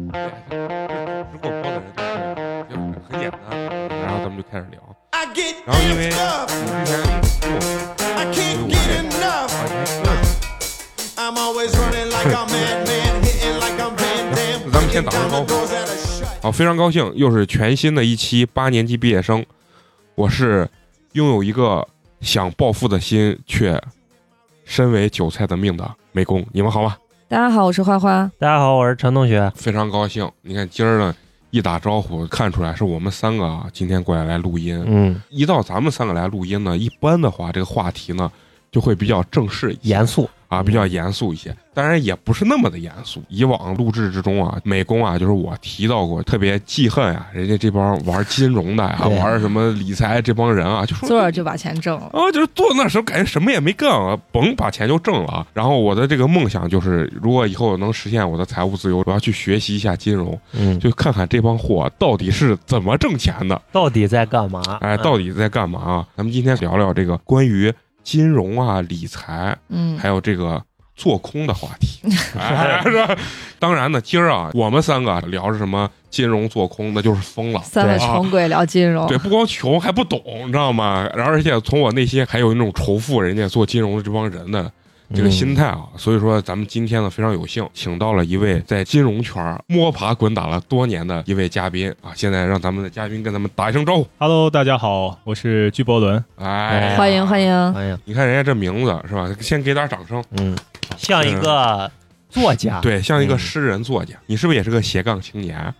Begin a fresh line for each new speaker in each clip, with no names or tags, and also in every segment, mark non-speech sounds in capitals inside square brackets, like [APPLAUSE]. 如果我在这就很简单，然后咱们就开始聊。哦
I get
然后因为
amped
我
up,
之前做所以我也
I can't get enough.
好像认识。
I'm always running like a madman, hitting like I'm Van Damme.
咱们先
Kicking
打个招
down the
呼。
doors that are shut.
啊好，非常高兴，又是全新的一期八年级毕业生。我是拥有一个想暴富的心，却身为韭菜的命的美工。你们好吗？
大家好，我是花花。
大家好，我是陈同学。
非常高兴。你看今儿呢，一打招呼看出来是我们三个啊，今天过来来录音。
嗯，
一到咱们三个来录音呢，一般的话，这个话题呢就会比较正式一些
严肃。
啊，比较严肃一些，当然也不是那么的严肃。以往录制之中啊，美工啊，就是我提到过，特别记恨啊，人家这帮玩金融的呀、啊
对
玩什么理财这帮人啊，就说
坐着就把钱挣了。
啊，就是坐那时候感觉什么也没干啊，甭把钱就挣了啊。然后我的这个梦想就是，如果以后能实现我的财务自由，我要去学习一下金融，
嗯，就
就看看这帮货到底是怎么挣钱的。
到底在干嘛？
哎，
底
到底在干嘛啊？咱们今天聊聊这个关于金融啊、理财，
嗯，
[LAUGHS] 还有这个做空的话题。哎、是吧当然呢，今儿啊，我们三个聊着什么金融做空，那就是疯了。
三位
对啊
穷鬼聊金融
对，，不光穷还不懂，你知道吗？然后而且从我内心还有那种仇富人家做金融的这帮人的这个
嗯
心态啊，所以说咱们今天呢非常有幸请到了一位在金融圈儿摸爬滚打了多年的一位嘉宾啊，现在让咱们的嘉宾跟咱们打一声招呼。
Hello，大家好，我是巨伯伦。
哎，
欢迎欢迎，
哎呀，
你看人家这名字是吧？先给点掌声。
嗯，像一个作家。，
对，像一个
嗯
诗人作家，你是不是也是个斜杠青年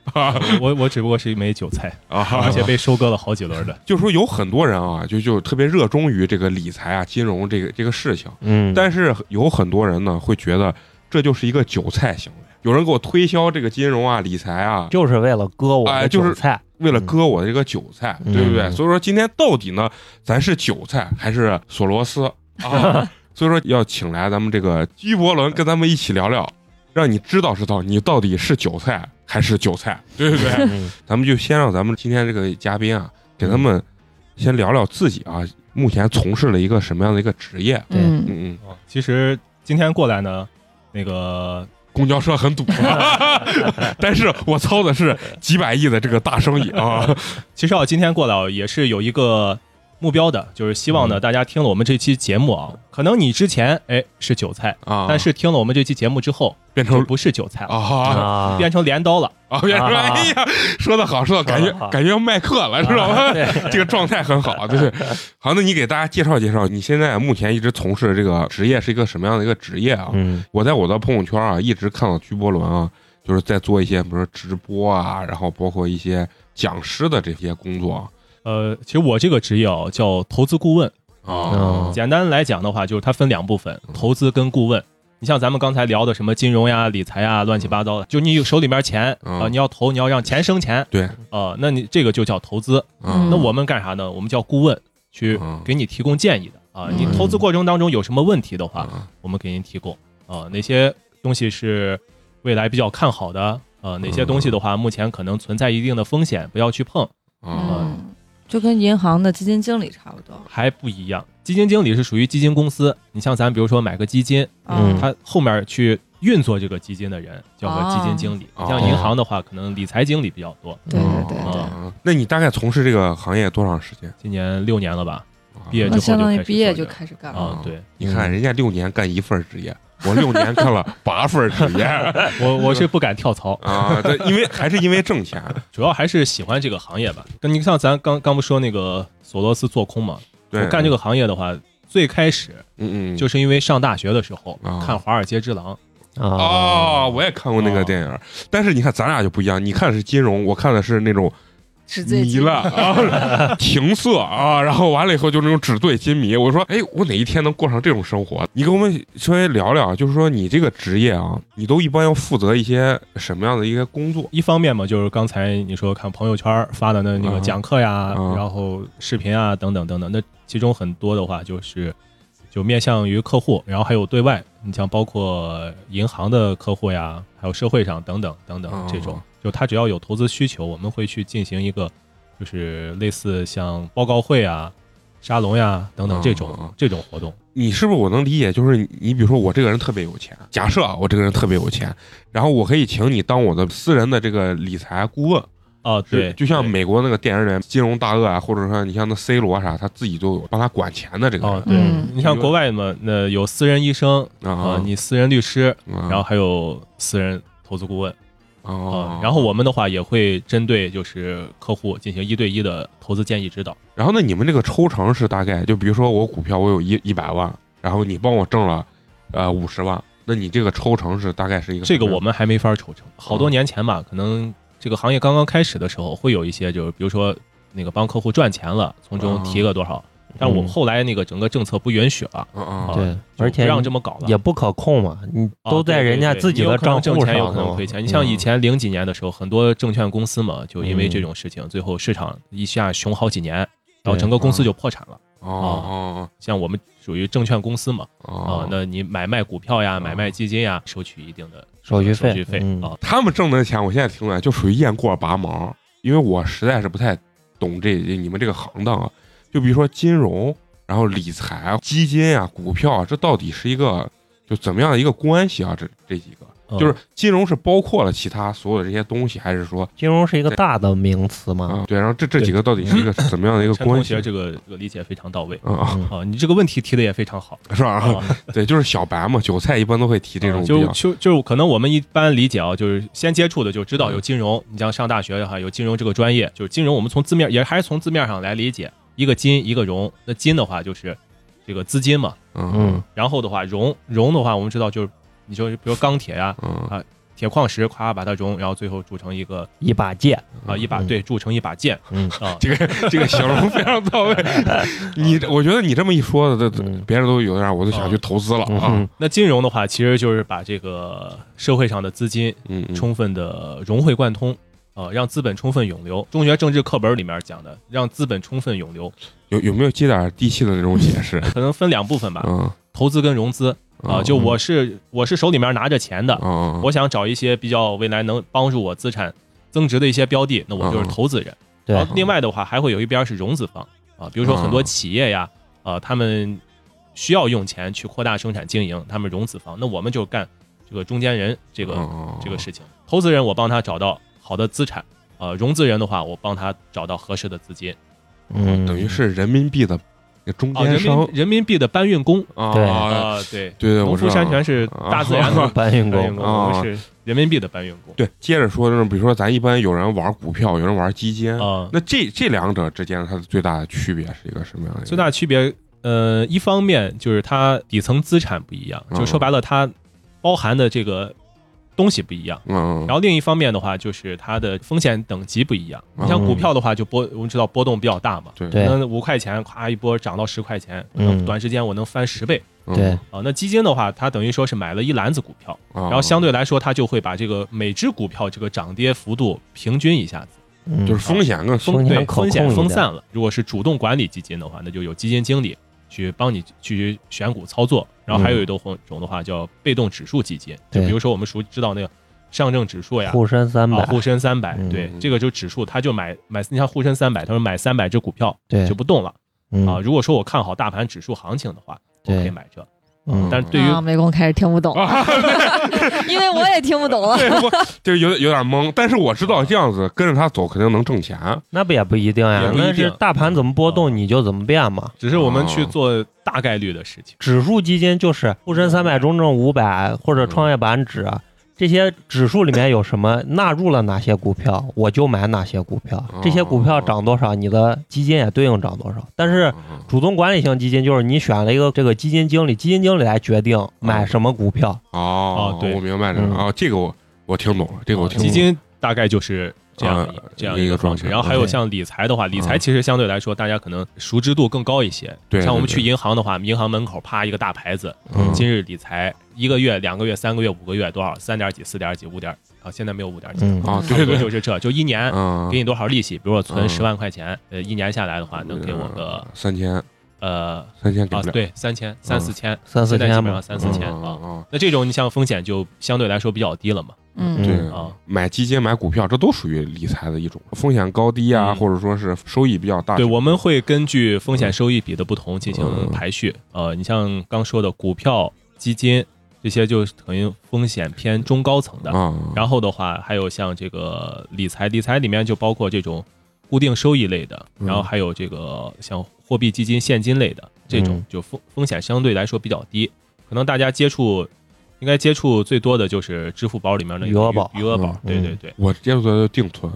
我我只不过是一枚韭菜，
[LAUGHS] 啊
而且被收割了好几轮
[LAUGHS]
的。
就说有很多人啊，就就特别热衷于这个理财啊、金融这个这个事情，
嗯，
但是有很多人呢会觉得这就是一个韭菜行为。有人给我推销这个金融啊、理财啊，
就是为了割我
哎
的
就是
韭菜。
为了割我的这个韭菜，
嗯
对不对？
嗯
所以说今天到底呢，咱是韭菜还是索罗斯啊？
[LAUGHS]
所以说要请来咱们这个居伯伦跟咱们一起聊聊，让你知道知道你到底是韭菜还是韭菜，对不对？
嗯
咱们就先让咱们今天这个嘉宾啊，给他们先聊聊自己啊，目前从事了一个什么样的一个职业？
嗯，
嗯嗯，
啊其实今天过来呢，那个
公交车很堵，啊但是我操的是几百亿的这个大生意啊！
其实啊，今天过来啊也是有一个目标的，就是希望呢
嗯
大家听了我们这期节目啊，可能你之前哎是韭菜，
啊，
但是听了我们这期节目之后
变成
就不是韭菜了，
啊
啊，
变成镰刀了。
啊，变成
啊
哎呀，说的好，说的感觉
说得好
感觉要卖课了，知道
啊
吗？
对，
[LAUGHS] 这个状态很好，对不对？好，那你给大家介绍介绍，你现在目前一直从事的这个职业是一个什么样的一个职业啊？
嗯
我在我的朋友圈啊，一直看到居伯伦啊，就是在做一些，比如说直播啊，然后包括一些讲师的这些工作
呃，其实我这个职业啊叫投资顾问，
啊
嗯。
简单来哦讲的话，就是它分两部分，
嗯
投资跟顾问。你像咱们刚才聊的什么金融呀、理财呀，乱七八糟的，就你有手里面钱
嗯
啊、你要投，你要让钱生钱，
对，
呃，那你这个就叫投资。
嗯
那我们干啥呢？我们叫顾问，去
嗯
给你提供建议的啊、
嗯
你投资过程当中有什么问题的话，
嗯
我们给您提供啊、哪些东西是未来比较看好的？呃，哪些东西的话，
嗯
目前可能存在一定的风险，不要去碰，
嗯
啊
嗯就跟银行的基金经理差不多。
还不一样。基金经理是属于基金公司，你像咱比如说买个基金，
嗯
啊
他后面去运作这个基金的人叫做基金经理。
哦
你像银行的话，可能理财经理比较多。
对对对
对
啊那你大概从事这个行业多长时间？
今年六年了吧？
啊
毕业之
那
后
相当于
就开始
毕业就
做这
开始干了。
哦
啊，对
你看人家六年干一份职业，我六年干
[LAUGHS]
了八份职业
我我是不敢跳槽，
[LAUGHS] 啊，对，因为还是因为挣钱，
主要还是喜欢这个行业吧。跟你像咱刚刚不说那个索罗斯做空嘛，
对，
我干这个，行业的话，最开始
嗯嗯，
就是是因为上大学的时候
啊
看《华尔街之狼》，
啊，
哦
啊
哦，我也看过那个电影，但是你看咱俩就不一样，你看的是金融，我看的是那种
纸醉
迷
金
了啊，停色啊，然后完了以后就那种纸醉金迷。我说，哎，我哪一天能过上这种生活？你跟我们稍微聊聊，就是说你这个职业啊，你都一般要负责一些什么样的一个工作？
一方面嘛，就是刚才你说看朋友圈发的那那个
嗯
讲课呀，
嗯
然后视频啊等等等等，那其中很多的话就是就面向于客户，然后还有对外，你像包括银行的客户呀，还有社会上等等等等
嗯
这种，就他只要有投资需求，我们会去进行一个就是类似像报告会啊、沙龙呀等等这种、
嗯嗯嗯
这种活动。
你是不是我能理解？就是你你比如说我这个人特别有钱，假设啊我这个人特别有钱，然后我可以请你当我的私人的这个理财顾问，
啊，
是
对，
就像
对
美国那个电影里面金融大鳄啊，或者说你像那 C 罗啥，他自己就有帮他管钱的这个
哦
人，
对，
嗯
你像国外嘛，那有私人医生啊、
啊，
你私人律师，
然
然后还有私人投资顾问啊、
嗯哦，
然后我们的话也会针对就是客户进行一对一的投资建议指导。
然后那你们这个抽成是大概，就比如说我股票我有一一百万，然后你帮我挣了呃五十万，那你这个抽成是大概是一个
这个
什么
我们还没法抽成，好
嗯
多年前吧，可能这个行业刚刚开始的时候，会有一些就是比如说那个帮客户赚钱了，从中提个多少。但是我们
嗯
后来那个整个政策不允许了，
嗯嗯
啊
对，
就
而且
不让这么搞了，
也不可控嘛，你
啊
都在
对对
人家
对
自己
你有
的
可能
账
挣
户
钱，有
上嗯
可能
呢
亏钱。你像以前零几年的时候，很多证券公司嘛，就因为
嗯
这种事情，最后市场一下熊好几年，然后整个公
嗯
司就破产了。
哦哦
像我们属于证券公司嘛，
哦
啊
哦，，
那你买卖股票呀、
哦
买卖基金呀，收取一定的
手续
手
费
续费
嗯
啊。
他们挣的钱我现在听出来就属于雁过拔毛，因为我实在是不太懂这你们这个行当啊。就比如说金融，然后理财、基金啊、股票啊，这到底是一个就怎么样的一个关系啊？这这几个。
嗯
就是金融是包括了其他所有的这些东西，还是说
金融是一个大的名词嘛，
啊，对，然后这这几个到底是一个怎么样的一
[LAUGHS]
个
陈
关
同
系
学？这个这个理解非常到位
嗯啊，
嗯
啊，你这个问题提的也非常好。
是吧？
啊
啊 [LAUGHS] 对，就是小白嘛，韭菜一般都会提这种
啊
比
就
较
就就是可能我们一般理解啊，就是先接触的就知道有金融，你像上大学的话有金融这个专业，就是金融我们从字面也还是从字面上来理解，一个金一个融，那金的话就是这个资金嘛，
嗯
嗯
然后的话融融的话我们知道就是你就比如钢铁呀、
嗯
铁矿石，夸把它融，然后最后铸成一个
一把剑，
啊一把
嗯
对铸成一把剑
嗯
[LAUGHS] 啊，
这个这个形容非常到位。你我觉得你这么一说的，这
嗯
别人都有点儿，我都想去投资了
嗯
啊。
哼
那金融的话其实就是把这个社会上的资金
嗯，嗯
充分的融会贯通，呃，让资本充分涌流。中学政治课本里面讲的，让资本充分涌流，
有有没有接点儿地气的那种解
[LAUGHS]
释？
可能分两部分吧，
嗯
投资跟融资啊、
嗯
就我是我是手里面拿着钱的，
嗯，
我想找一些比较未来能帮助我资产增值的一些标的，那我就是
嗯
投资人。
对
然后另外的话，还会有一边是融资方啊、比如说很多
嗯
企业呀，啊，他们需要用钱去扩大生产经营，他们融资方，那我们就干这个中间人这个
嗯
这个事情。投资人我帮他找到好的资产，呃，融资人的话，我帮他找到合适的资金
嗯，
等于是人民币的那中
啊，
间
人
商
民人民币的搬运工
对
啊。
啊、对，
对对，
农
我知
夫
道
山泉是大 [LAUGHS] 自然的
[LAUGHS] 啊
搬运
搬运
工
工，
啊
我们是人民币的搬运工
对，接着说，就是比如说，咱一般有人玩股票，有人玩基金，
啊。
那这这两者之间它的最大的区别是一个什么样的一个？
最大区别，呃，一方面就是它底层资产不一样，
嗯
就说白了，它包含的这个东西不一样。
嗯，嗯，
然后另一方面的话，就是它的风险等级不一样。你像
嗯
股票的话，就波我们知道波动比较大嘛，
对
对
可能五块钱咵一波涨到十块钱，
嗯
短时间我能翻十倍
嗯
对，
啊。那基金的话，它等于说是买了一篮子股票，
然
然后相对来说，它就会把这个每只股票这个涨跌幅度平均一下子，
嗯
就是风险更
风险可
对
控
风
一
险
点
分散了。如果是主动管理基金的话，那就有基金经理去帮你去选股操作。然后还有一种种的话叫被动指数基金，就
嗯对
比如说我们熟知道那个上证指数呀。
沪深三
啊，
百，
沪深三百，
嗯
对，这个就指数，他就买买，你像沪深三百，他说买三百只股票
对
就不动了
嗯
啊。如果说我看好大盘指数行情的话，我可以
对
买这。
嗯
但是对于
啊，美工开始听不懂了，因为我也听不懂了。啊
对我就有有点懵，但是我知道这样子跟着他走肯定能挣钱。
那不也不一定
也
呀，
不一
那是
定
大盘怎么波动你就怎么变嘛。
[LAUGHS] 只是我们去
哦
做大概率的事情。
指数基金就是沪深三百、中证五百或者创业板指啊这些指数里面有什么纳入了哪些股票，我就买哪些股票
哦。
这些股票涨多少，你的基金也对应涨多少。但
哦
是
嗯
主动管理型基金就是你选了一个这个基金经理，基金经理来决定买什么股票。
哦
哦对
我明白这个
嗯
哦，这个我我听懂了，这个我听懂
基
了。
金大概就是这样
呃
啊
一这样
一个
个方
状
式。
态
然后还有
对
像理财的话，理财
嗯
其实相对来说大家可能熟知度更高一些。
对
像我们
对
去
对
银行的话，银行门口啪一个大牌子
嗯，
今日理财，一个月、两个月、三个月、五个月多少？三点几、四点几、五点啊？现在没有五点几，
嗯，
啊，
差
对
不多
对，对
就是这，就一年
嗯
给，你多少利息？比如我存
嗯
十万块钱，呃，一年下来的话，能给我个
三千，
呃
三千给嗯
啊
不，了，
对，三千、三四千，
三四
现在基
千
本
吧，
上三四千
嗯
啊。
嗯
那这种你像风险就相对来说比较低了嘛，
嗯，
嗯，
对
啊，
买基金、买股票，这都属于理财的一种，风险高低啊，
嗯
或者说啊是收益比较大。
对，我们会根据风险收益比的不同
嗯
进行排序。呃，你像刚说的股票、基金这些，就等于风险偏中高层的。
啊，
然后的话，还有像这个理财，理财里面就包括这种固定收益类的，
嗯
然后还有这个像货币基金、现金类的这种
嗯，
就风风险相对来说比较低。可能大家接触，应该接触最多的就是支付宝里面的
余额宝
余额宝，
嗯
对
嗯
对对。
我接触的就定存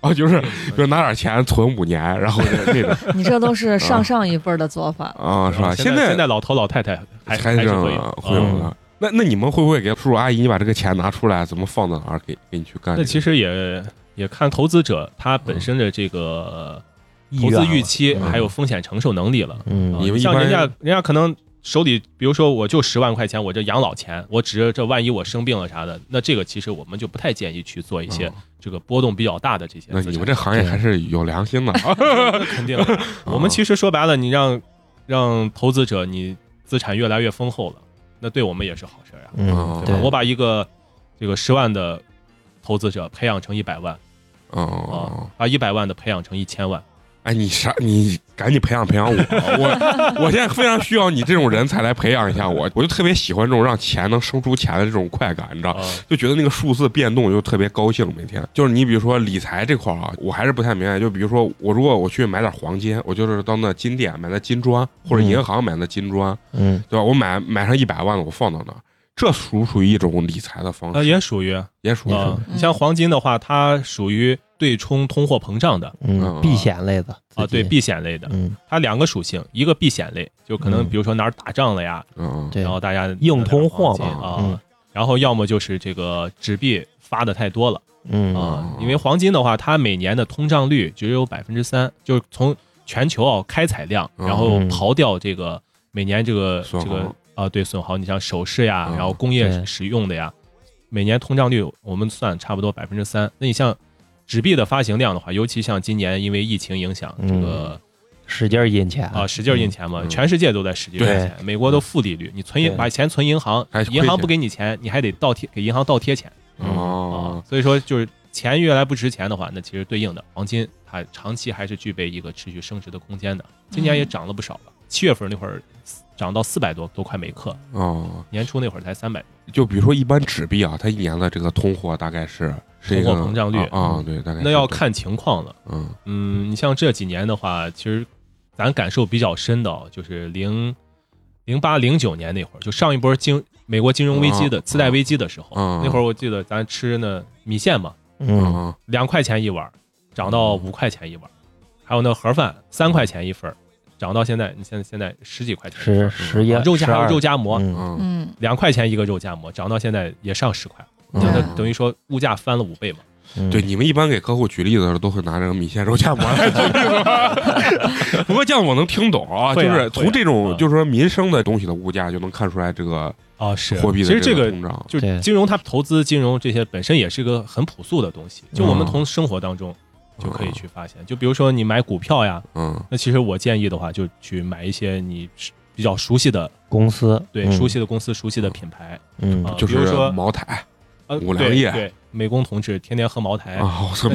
啊，就是就是拿点钱存五年，然后那
[LAUGHS]
那种
你这都是上上一辈儿的做法了。
啊，是吧？
现
在
现在老头老太太还
还
是
这样
会
啊
有
会
嗯
有的。那那你们会不会给叔叔阿姨，你把这个钱拿出来，怎么放到哪儿给给你去干这
那
个？
其实也也看投资者他本身的这个投资预期，
嗯
还有风险承受能力了。
嗯
啊
你们一
像
般
人家，人家可能手里，比如说我就十万块钱，我这养老钱，我指这万一我生病了啥的，那这个其实我们就不太建议去做一些
啊
这个波动比较大的这些
那
资
你们
产。
这行业还是有良心的。啊 [LAUGHS]
肯定的，我
嗯
们其实说白了，你让让投资者你资产越来越丰厚了，那对我们也是好事儿啊。
嗯，
对吧？
对，
我把一个这个十万的投资者培养成一百万啊
哦，，
把一百万的培养成一千万，
哎，你啥？你赶紧培养培养我！我我现在非常需要你这种人才来培养一下我。我就特别喜欢这种让钱能生出钱的这种快感，你知道
啊，
就觉得那个数字变动就特别高兴，每天就是你比如说理财这块儿啊，我还是不太明白。就比如说我如果我去买点黄金，我就是到那金店买那金砖，或者银行买那金砖，
嗯
对吧？我买买上一百万的，我放到那儿，这属不属于一种理财的方
呃，
式？
也属于啊。
也属于是
嗯
你像黄金的话，它属于对冲通货膨胀的
嗯
嗯，避险类的
啊，对，避险类的，
嗯，
它两个属性，一个避险类，就可能
嗯
比如说哪儿打仗了呀，
嗯，
对
然，后大家
硬通货
拿点
嘛
黄金
嗯
啊，然后要么就是这个纸币发的太多了。
嗯
哦
啊，因为黄金的话，它每年的通胀率只有百分之三，就是从全球啊开采量，
嗯
然后刨掉这个每年这个
损
这
耗
个啊对损耗，你像首饰呀，
嗯
然后工业
对
使用的呀，每年通胀率我们算差不多百分之三。那你像纸币的发行量的话，尤其像今年因为疫情影响，这
嗯
个
使劲儿印钱
啊使劲印钱嘛，
嗯
全世界都在使劲印
对
钱，美国都负利率，你存银
对
把钱存银行
还，亏
银行
钱
不给你钱，你还得倒贴给银行倒贴钱。
哦
啊，，所以说就是钱越来不值钱的话，那其实对应的黄金它长期还是具备一个持续升值的空间的。今年也涨了不少了，七月份那会儿涨到四百多多块每克，
哦，
年初那会儿才三百。
就比如说一般纸币啊，它一年的这个通货大概是是一个
通货膨胀率
啊，
嗯
啊对，大概是
那要看情况了。
嗯
嗯，你像这几年的话，其实咱感受比较深的哦，就是零零八零九年那会儿，就上一波金美国金融危机的
啊
次贷危机的时候，
啊
那会儿我记得咱吃那米线嘛，
嗯
啊
两块钱一碗儿，涨到
嗯
五块钱一碗儿，还有那盒饭三块钱一份儿，涨到现在，你现在现在十几块钱一份
十
儿。
十一
啊肉夹还有肉
夹
夹馍，
嗯
嗯
嗯，
两块钱一个肉夹馍，涨到现在也上十块，
嗯
那
对
等于说物价翻了五倍嘛。
嗯
对，你们一般给客户举例子的时候，都会拿这个米线肉夹馍来举 [LAUGHS] 例子吗？不过这样我能听懂啊，就
会啊
是
会
从
啊
这种
嗯
就是说民生的东西的物价就能看出来这个
啊，是
货币的
其实这
个啊
个
通胀。
就
对
金融，它投资金融这些本身也是个很朴素的东西，就我们
嗯
从生活当中就可以去发现。就比如说你买股票呀，
嗯
那其实我建议的话，就去买一些你比较熟悉的，
公司
对，熟，悉的公司、熟悉的品牌，
嗯
啊
嗯，
嗯就是
比如说
茅台
呃，
五粮液
对对，美工同志天天喝茅台，
啊，我操，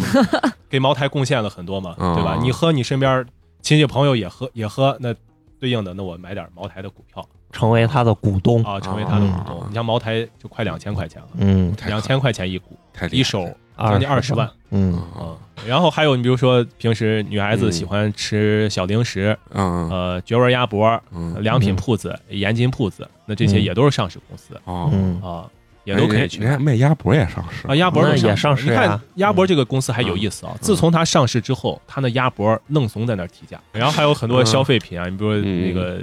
给茅台贡献了很多嘛，
嗯
对吧？你喝，你身边亲戚朋友也喝，也喝，那对应的，那我买点茅台的股票
成为他的股东，
啊，成为他的股
嗯
东。你像茅台就快两千块钱了，
嗯，
太
两千块钱一股，
太厉害
一手
了
将近二十万，
嗯
嗯
啊。然后还有你比如说平时女孩
嗯
子喜欢吃小零食，
嗯
呃，绝味鸭脖、
嗯
良品铺子、盐津铺子，那这些也都是上市公司
哦，
嗯，
啊，也都可以去
人家人家哎卖鸭脖也上市嗯
啊，鸭脖儿
那也
上
上市
你
啊
看鸭脖儿这个公司还有意思啊，自从它上市之后，它那鸭脖儿愣怂在那儿提价，
嗯
然后还有很多消费品啊，你比如说嗯那个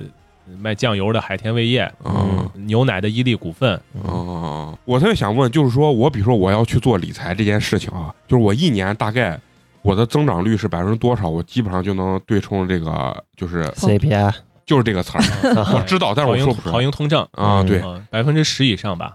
卖酱油的海天味业，
啊
牛奶的伊利股份
嗯
哦哦哦啊。我特别想问，就是说我比如说我要去做理财这件事情啊，就是我一年大概我的增长率是百分之多少，我基本上就能对冲这个，就是
通
[LAUGHS]
CPI
就是这个词儿，
嗯
[LAUGHS] 我知道，但是我说不出
跑
来
赢通胀
啊，
嗯
对，
啊，百分之十以上吧，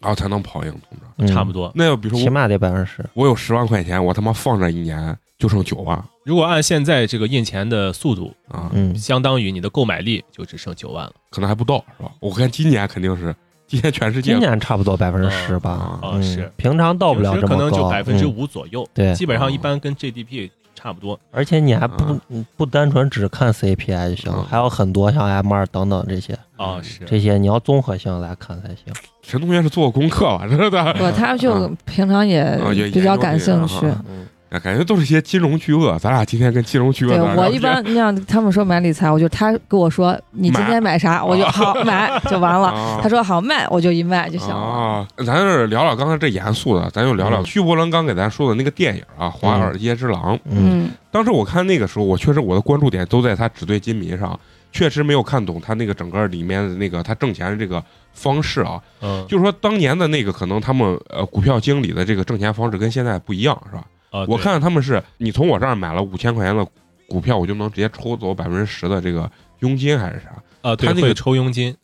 然后才能跑赢通胀。
差不多。
那要比如
嗯起
说
码得百分之十。
我我有十万块钱，我他妈放这一年就剩九万
如果按现在这个印钱的速度，
啊，
嗯，
相当于你的购买力就只剩九万了
可能还不到是吧？我看今年肯定是，今年全世界
今年差不多百分之十吧
啊，
啊
嗯
是
平常到不了
有
这
时
么
可
高，
能就百分之
嗯。
五左右，
对
基本
哦
上一般跟 GDP 差不多。
而且你还不
啊
不单纯只看 CPI 就行
啊
了，还有很多像 M 二等等这些，
嗯
啊，是
这些你要综合性来看才行。
陈同学是做过功课吧？真的，
不，他就平常也
啊也
比较感兴趣。
研究这个啊
嗯
啊感觉都是一些金融巨鳄。咱俩今天跟金融巨鳄
对
在这儿
我
聊
一
天
般，你想他们说买理财，我就他跟我说你今天买啥，我就好买就完了。
啊
他说好卖，我就一卖就行了。
啊，咱就是聊聊刚才这严肃的，咱就聊聊
嗯
徐伯伦刚给咱说的那个电影啊，《华尔街之狼》。
嗯，
当时我看那个时候，我确实我的关注点都在他纸醉金迷上，确实没有看懂他那个整个里面的那个他挣钱的这个方式啊。
嗯，
就是说当年的那个可能他们呃股票经理的这个挣钱方式跟现在不一样，是吧？
啊
我
对
看他们是你从我这儿买了五千块钱的股票，我就能直接抽走百分之十的这个佣金还是啥？
啊，对
他那
会
个
抽佣金，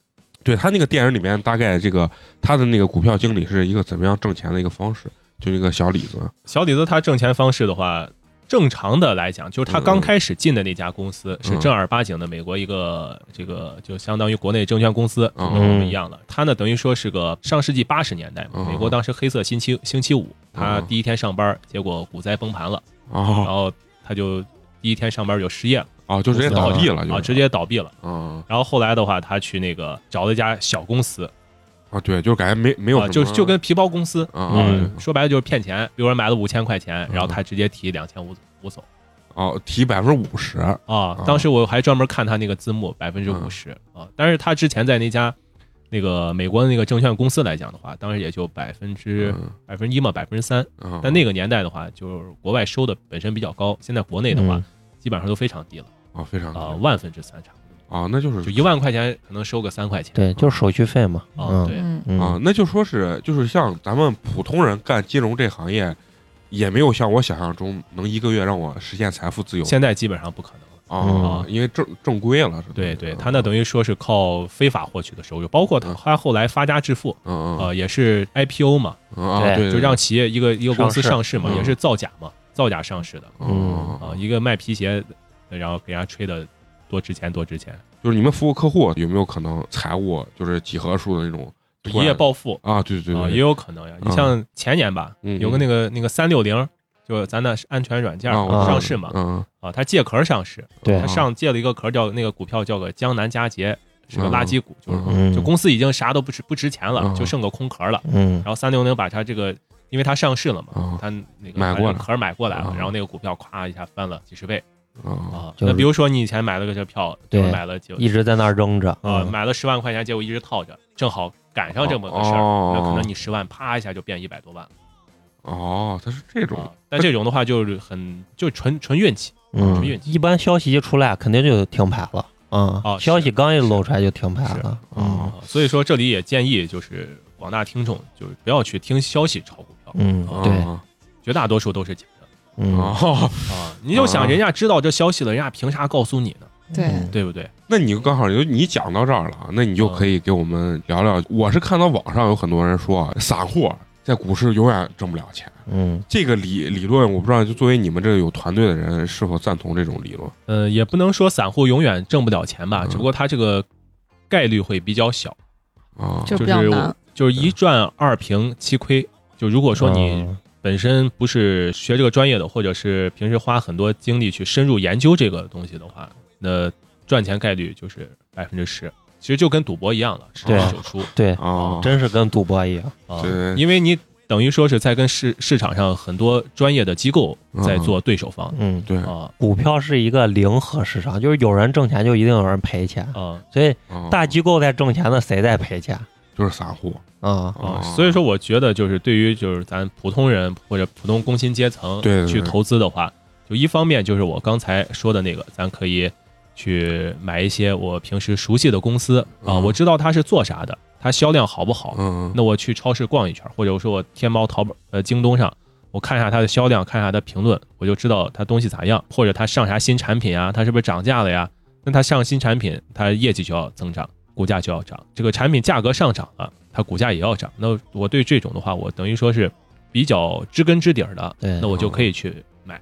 对他那个电影里面，大概这个他的那个股票经理是一个怎么样挣钱的一个方式，就一个小李子，
小李子他挣钱方式的话，正常的来讲，
嗯
就是他刚开始进的那家公司是正儿八经的美国一个这个就相当于国内证券公司，
嗯
跟我们一样的。他呢等于说是个上世纪八十年代嘛，
嗯
美国当时黑色星期星期五，他
嗯
第一天上班，结果股灾崩盘了，然
哦
后他就第一天上班就失业了
哦，就直接倒地了，就
啊，
是
直接倒闭了。
嗯
然后后来的话，他去那个找了一家小公司
啊，对，就是感觉没没有
啊，
什么，
就就跟皮包公司。
啊
嗯
嗯，
说白了就是骗钱。有人买了五千块钱，然后
嗯
他直接提两千五五走。
哦提百分之五十
啊
啊，嗯
当时我还专门看他那个字幕百分之五十啊，但是他之前在那家那个美国的那个证券公司来讲的话，当时也就百分之
嗯
百分之一嘛，百分之三。
啊，
但那个年代的话，就是国外收的本身比较高，现在国内的话
嗯
基本上都非常低了
啊非常
啊，
啊
万分之三差不
啊，那就是
多，就一万块钱可能收个三块钱。
对，就是手续费嘛。
嗯啊，
嗯
对，
嗯，
嗯
啊，那就说是就是像咱们普通人干金融这行业，也没有像我想象中能一个月让我实现财富自由
现在基本上不可能了。
啊
嗯，
因为正正规了，是吧
对对，他那等于说是靠非法获取的收入，包括他他后来发家致富，
嗯嗯
呃，也是 IPO 嘛，
嗯啊，对，
就让企业一个一个公司上
上
市嘛，
嗯
也是造假嘛，造假上市的
嗯
啊，一个卖皮鞋，然后给人家吹的多值钱多值钱，
就是你们服务客户有没有可能财务就是几何数的那种
一
突然
夜暴富
啊？对对对
啊，也
对，
有可能呀。你
嗯
像前年吧，
嗯
有个那个那个三六零，就咱的安全软件
啊我
知道
上市嘛，
嗯啊
啊，它借壳上市，
对
它，上借了一个壳叫那个股票叫个江南佳节，是个
嗯
垃圾股，就是
嗯
嗯，
就公司已经啥都不值不值钱了，
嗯
就剩个空壳了。
嗯
然后三六零把它这个，因为它上市了嘛，
嗯
它那个
买过来
把这个壳儿买过来了，
嗯
然后那个股票咵一下翻了几十倍
啊
啊。
就是
那比如说你以前买了个这票，
对
就是买了就
一直在那儿扔着
啊，
嗯
买了十万块钱，结果一直套着，正好赶上这么个事
哦
儿，那可能你十万啪一下就变一百多万了
哦，它是这种
啊。但这种的话就是很就纯纯运气纯运
嗯，
气
一般消息一出来，肯定就停牌了啊、
哦
消息
是
刚一露出来就停牌了，嗯
哦
啊，所以说这里也建议就是广大听众就是不要去听消息炒股票，
嗯，对，
啊
绝大多数都是假的
嗯，
哦，
啊。你就想人家知道这消息了，人家凭啥告诉你呢？
对，
嗯
对不对？
那你就刚好就你讲到这儿了，啊那你就可以给我们聊聊。我是看到网上有很多人说，哎散户在股市永远挣不了钱，
嗯，
这个理理论我不知道，就作为你们这个有团队的人是否赞同这种理论？
呃，也不能说散户永远挣不了钱吧，
嗯
只不过他这个概率会比较小，
啊，
就
就
比较
是
难
我。就是一赚二平七亏。就如果说
哦
你
嗯
本身不是学这个专业的，或者是平时花很多精力去深入研究这个东西的话，那赚钱概率就是百分之十。其实就跟赌博一样了，十
对
之九输
对，
哦
啊，
真是跟赌博一样，
啊
对，
因为你等于说是在跟市市场上很多专业的机构在做对手方
嗯，
嗯对
啊
股票是一个零和市场，就是有人挣钱就一定有人赔钱，
啊
所以
啊
大机构在挣钱的谁在赔钱
就是散户
啊？
哦
啊，所以说我觉得就是对于就是咱普通人或者普通工薪阶层
对对对
去投资的话，就一方面就是我刚才说的那个，咱可以去买一些我平时熟悉的公司啊，
嗯
我知道它是做啥的，它销量好不好。
嗯，
那我去超市逛一圈，或者我说我天猫、淘宝、呃京东上，我看一下它的销量，看一下它的评论，我就知道它东西咋样，或者它上啥新产品啊，它是不是涨价了呀？那它上新产品，它业绩就要增长，股价就要涨。这个产品价格上涨了，它股价也要涨。那我对这种的话，我等于说是比较知根知底儿的，
对
那我就可以去买。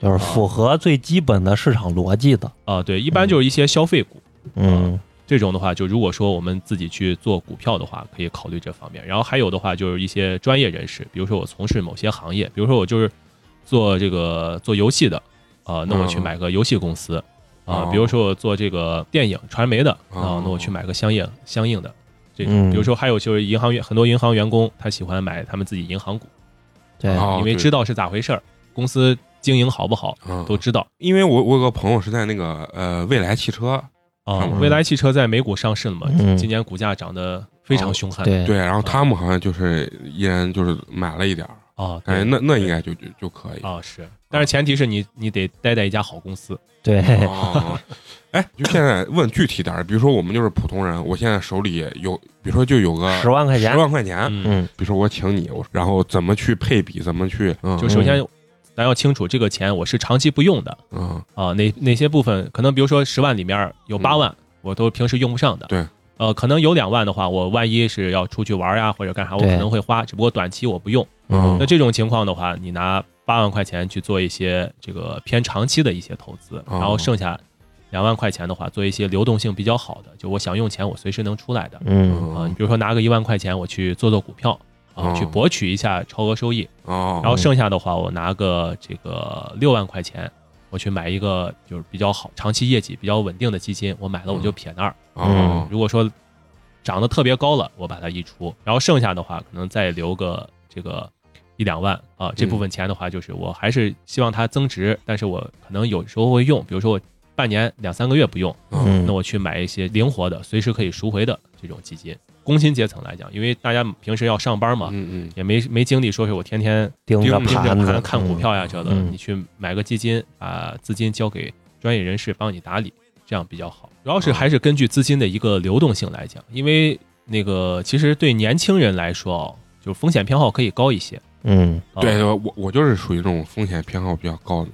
就是符合最基本的市场逻辑的。
啊、对，一般就是一些消费股。
嗯
这种的话，就如果说我们自己去做股票的话，可以考虑这方面。然后还有的话，就是一些专业人士，比如说我从事某些行业，比如说我就是做这个做游戏的，啊、那我去
嗯
买个游戏公司
哦
啊、比如说我做这个电影传媒的啊、
哦
那我去买个相应相应的这
嗯
种。比如说还有就是银行员，很多银行员工他喜欢买他们自己银行股，
对，
哦
因为
对
知道是咋回事儿，公司经营好不好
嗯
都知道。
因为我我有个朋友是在那个呃未来汽车，
啊、
嗯
蔚来汽车在美股上市了嘛？
嗯
今年股价涨得非常哦凶悍。
对
对，然后他们好像就是一人就是买了一点儿，
啊，
感觉
对
哎那那应该就就就可以。
啊是，但是前提是你你得待在一家好公司。
对， [LAUGHS]
[LAUGHS]
哦，哎，就现在问具体点儿，比如说我们就是普通人，我现在手里有，比如说就有个
哦
十万块钱
十，万块钱，
嗯，
嗯，
比如说我请你，我然后怎么去配比，怎么去，嗯，
就首先咱要清楚这个钱我是长期不用的
嗯
啊，哪哪些部分可能比如说十万里面有八万我都平时用不上的。
嗯对。
呃，可能有两万的话，我万一是要出去玩呀、或者干啥，我
对
可能会花，只不过短期我不用。
嗯
那这种情况的话，你拿八万块钱去做一些这个偏长期的一些投资，
哦
然后剩下两万块钱的话，做一些流动性比较好的，就我想用钱我随时能出来的
嗯
啊。你
嗯
比如说拿个一万块钱，我去做做股票啊，
哦
去博取一下超额收益，
哦，
然后剩下的话，我拿个这个六万块钱。我去买一个就是比较好、长期业绩比较稳定的基金，我买了我
嗯
就撇那儿。
哦
如果说涨得特别高了，我把它溢出，然后剩下的话可能再留个这个一两万啊，这
嗯
部分钱的话就是我还是希望它增值，但是我可能有时候会用，比如说我半年两三个月不用，
嗯
那我去买一些灵活的、随时可以赎回的这种基金。工薪阶层来讲，因为大家平时要上班嘛。
嗯嗯
也没没精力说是我天天
盯着
盯着
盘子
盘看股，票呀这的，
嗯
你去买个基金，把资金交给专业人士帮你打理，这样比较好。主要是还是根据资金的一个流动性来讲，因为那个其实对年轻人来说哦，就风险偏好可以高一些。
嗯，
啊
嗯，对，我我就是属于这种风险偏好比较高的，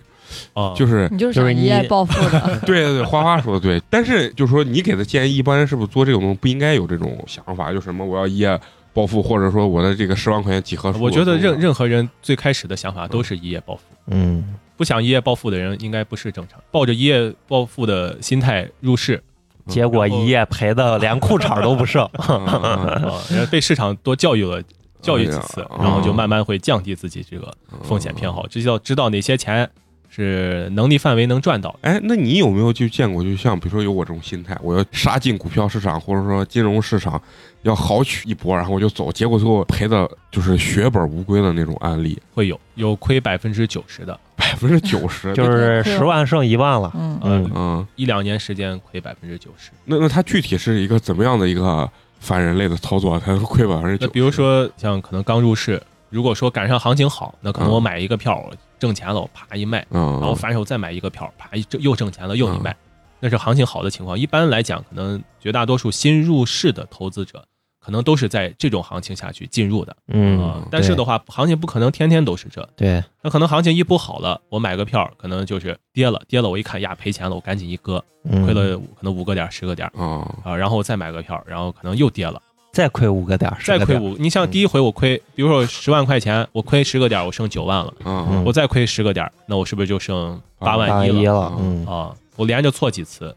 哦
啊，
就是
[LAUGHS]
是
你就是
就是
想一夜
你
暴富的，
对对对，花花说的对，但是就是说你给的建议，一般人是不是做这种东西不应该有这种想法？就什么我要一夜暴富，或者说我的这个十万块钱几何数？
我觉得任任何人最开始的想法都是一夜暴富，
嗯
不想一夜暴富的人应该不是正常。抱着一夜暴富的心态入 [LAUGHS] 市
嗯，结果一夜赔的连裤衩都不
[LAUGHS]
剩，
嗯嗯嗯
啊，然后被市场多教育了。教育几
哎
次
呀，
然后就慢慢会降低自己这个
嗯
风险偏好，知道知道哪些钱是能力范围能赚到的。
哎，那你有没有就见过，就像比如说有我这种心态，我要杀进股票市场或者说金融市场，要豪取一波，然后我就走，结果最后赔的就是血本无归的那种案
[LAUGHS]
例，
会有有亏百分之九十的，
百分之九十。
就是十万剩一万了，
嗯，
嗯
嗯，
一两年时间亏百分之九十。
那那它具体是一个怎么样的一个反人类的操作才能亏百分之
那
九？
比如说像可能刚入市，如果说赶上行情好，那可能
嗯
我买一个票我挣钱了，我啪一卖，
嗯，
然
哦
后反手再买一个票，啪一挣又挣钱了又一
嗯
卖，那是行情好的情况。一般来讲，可能绝大多数新入市的投资者。可能都是在这种行情下去进入的
嗯，
啊、但是的话，行情不可能天天都是这，
对，
那可能行情一不好了，我买个票可能就是跌了，跌了我一看呀赔钱了，我赶紧一割，
嗯
亏了可能五个点儿十个点儿
哦，
啊，然后我再买个票儿，然后可能又跌了，
再亏五个点儿，
再
10个
亏
点儿，嗯
五。你像第一回我亏，比如说十万块钱，我亏十个点儿，我剩九万了，
嗯
我再亏十个点儿，那我是不是就剩
啊
八
八
万
万
一
一
了
了，嗯
啊？我连着错几次，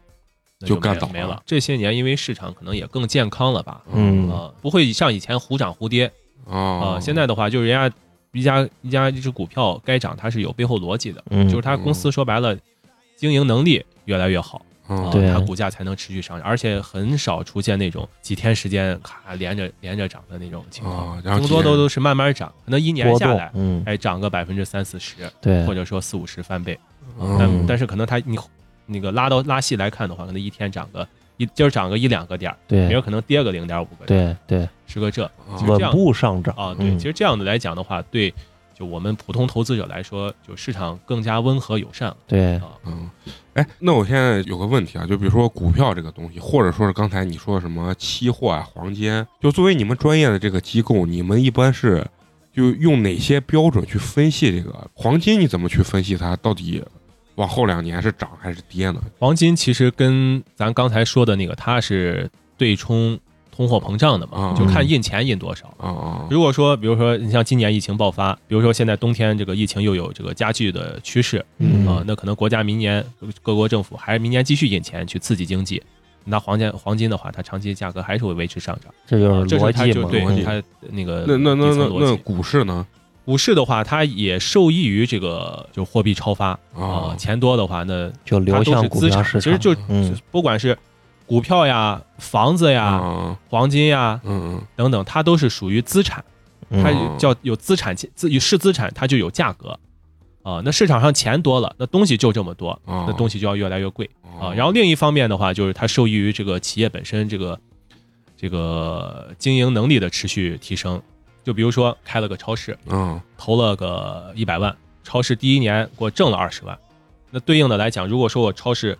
那
就
没
干
了
倒
没
了
了。这些年因为市场可能也更健康了吧，
嗯
啊，不会像以前忽涨忽跌
哦
啊。现在的话，就是人家一家一家一只股票该涨，它是有背后逻辑的，
嗯，
就是它公司说白了，经营能力越来越好。
嗯
啊，
对
它股价才能持续上涨，而且很少出现那种几天时间咔连着连着涨的那种情况
哦，然后
更多
几
都
年
都是慢慢涨，可能一年
波
下
动
来，，
嗯，
哎，涨个百分之三四十，
对
或，者说四五十翻倍，
嗯
但但是可能它你那个拉到拉细来看的话，可能一天涨个一今儿涨个一两个点儿，明
对
儿，可能跌个零点五个点儿，
对对，
是个这
哦
其实这
稳
样
步上涨
啊，对，
嗯
其实这样的来讲的话，对。就就我们普通投资者来说，就市场更加温和友善了。
对，
嗯，哎，那我现在有个问题啊，就比如说股票这个东西，或者说是刚才你说的什么期货啊、黄金，就作为你们专业的这个机构，你们一般是就用哪些标准去分析这个黄金？你怎么去分析它到底往后两年是涨还是跌呢？
黄金其实跟咱刚才说的那个，它是对冲通货膨胀的嘛，
嗯
就看印嗯钱印多少。
啊
嗯
啊，
如果说，比如说你像今年疫情爆发，比如说现在冬天这个疫情又有这个加剧的趋势
嗯
啊、那可能国家明年各国政府还是明年继续印钱去刺激经济。那黄金黄金的话，它长期价格还是会维持上涨，
这就是
啊这
逻
是它
辑
就
嘛，嗯
对
逻辑
它那个
那那那
底
那
层逻辑
那股市呢？
股市的话，它也受益于这个就货币超发啊
啊，，
钱多的话，那
就
它
哦流
都
向
是
股
资
票
产，
市场。
其实就
嗯哦
不管是股票呀、房子呀、
啊，
黄金呀
嗯嗯
等等，它都是属于资产，它
嗯
嗯
叫有资产资是资产，它就有价格啊、那市场上钱多了，那东西就这么多，
啊，
那东西就要越来越贵啊、然后
后
另一方面的话，就是它受益于这个企业本身这个这个经营能力的持续提升。就比如说开了个超市，
嗯
投了个一百万，超市第一年给我挣了二十万，那对应的来讲，如果说我超市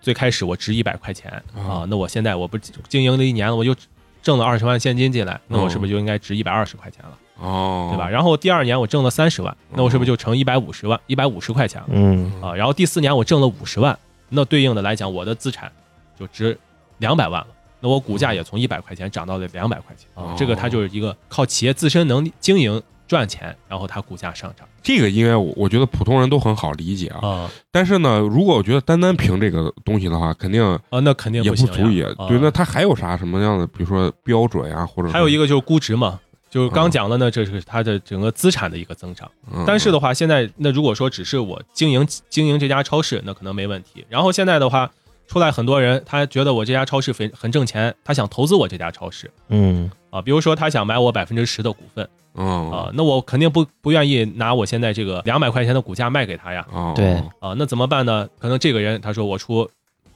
最开始我值一百块钱
啊
啊，那我现在我不是经营了一年了，我就挣了二十万现金进来，那我是不是就应该值一百二十块钱了，
哦，
对吧？？然后第二年我挣了三十万，那我是不是就乘一百五十万，一百五十块钱了
嗯
啊？然后第四年我挣了五十万，那对应的来讲，我的资产就值两百万了。那我股价也从一百块钱涨到了两百块钱
嗯哦
啊，这个它就是一个靠企业自身能力经营赚钱，然后它股价上涨
这个应该我我觉得普通人都很好理解啊，
啊
但是呢，如果我觉得单单凭这个东西的话，肯定
啊，那肯定
也
行呀
足以。
啊
对，那它还有啥什么样的，比如说标准啊，或者
还有一
个，
个就是估值嘛，就
嗯
是刚讲的呢，这是它的整个资产的一个增长。
嗯
但是的话，现在那如果说只是我经营经营这家超市，那可能没问题。然后现在的话，出来很多人，他觉得我这家超市很很挣钱，他想投资我这家超市
嗯
啊，比如说他想买我百分之十的股份
嗯
啊，那我肯定不不愿意拿我现在这个两百块钱的股价卖给他呀
啊
对
啊，那怎么办呢？可能这个人他说我出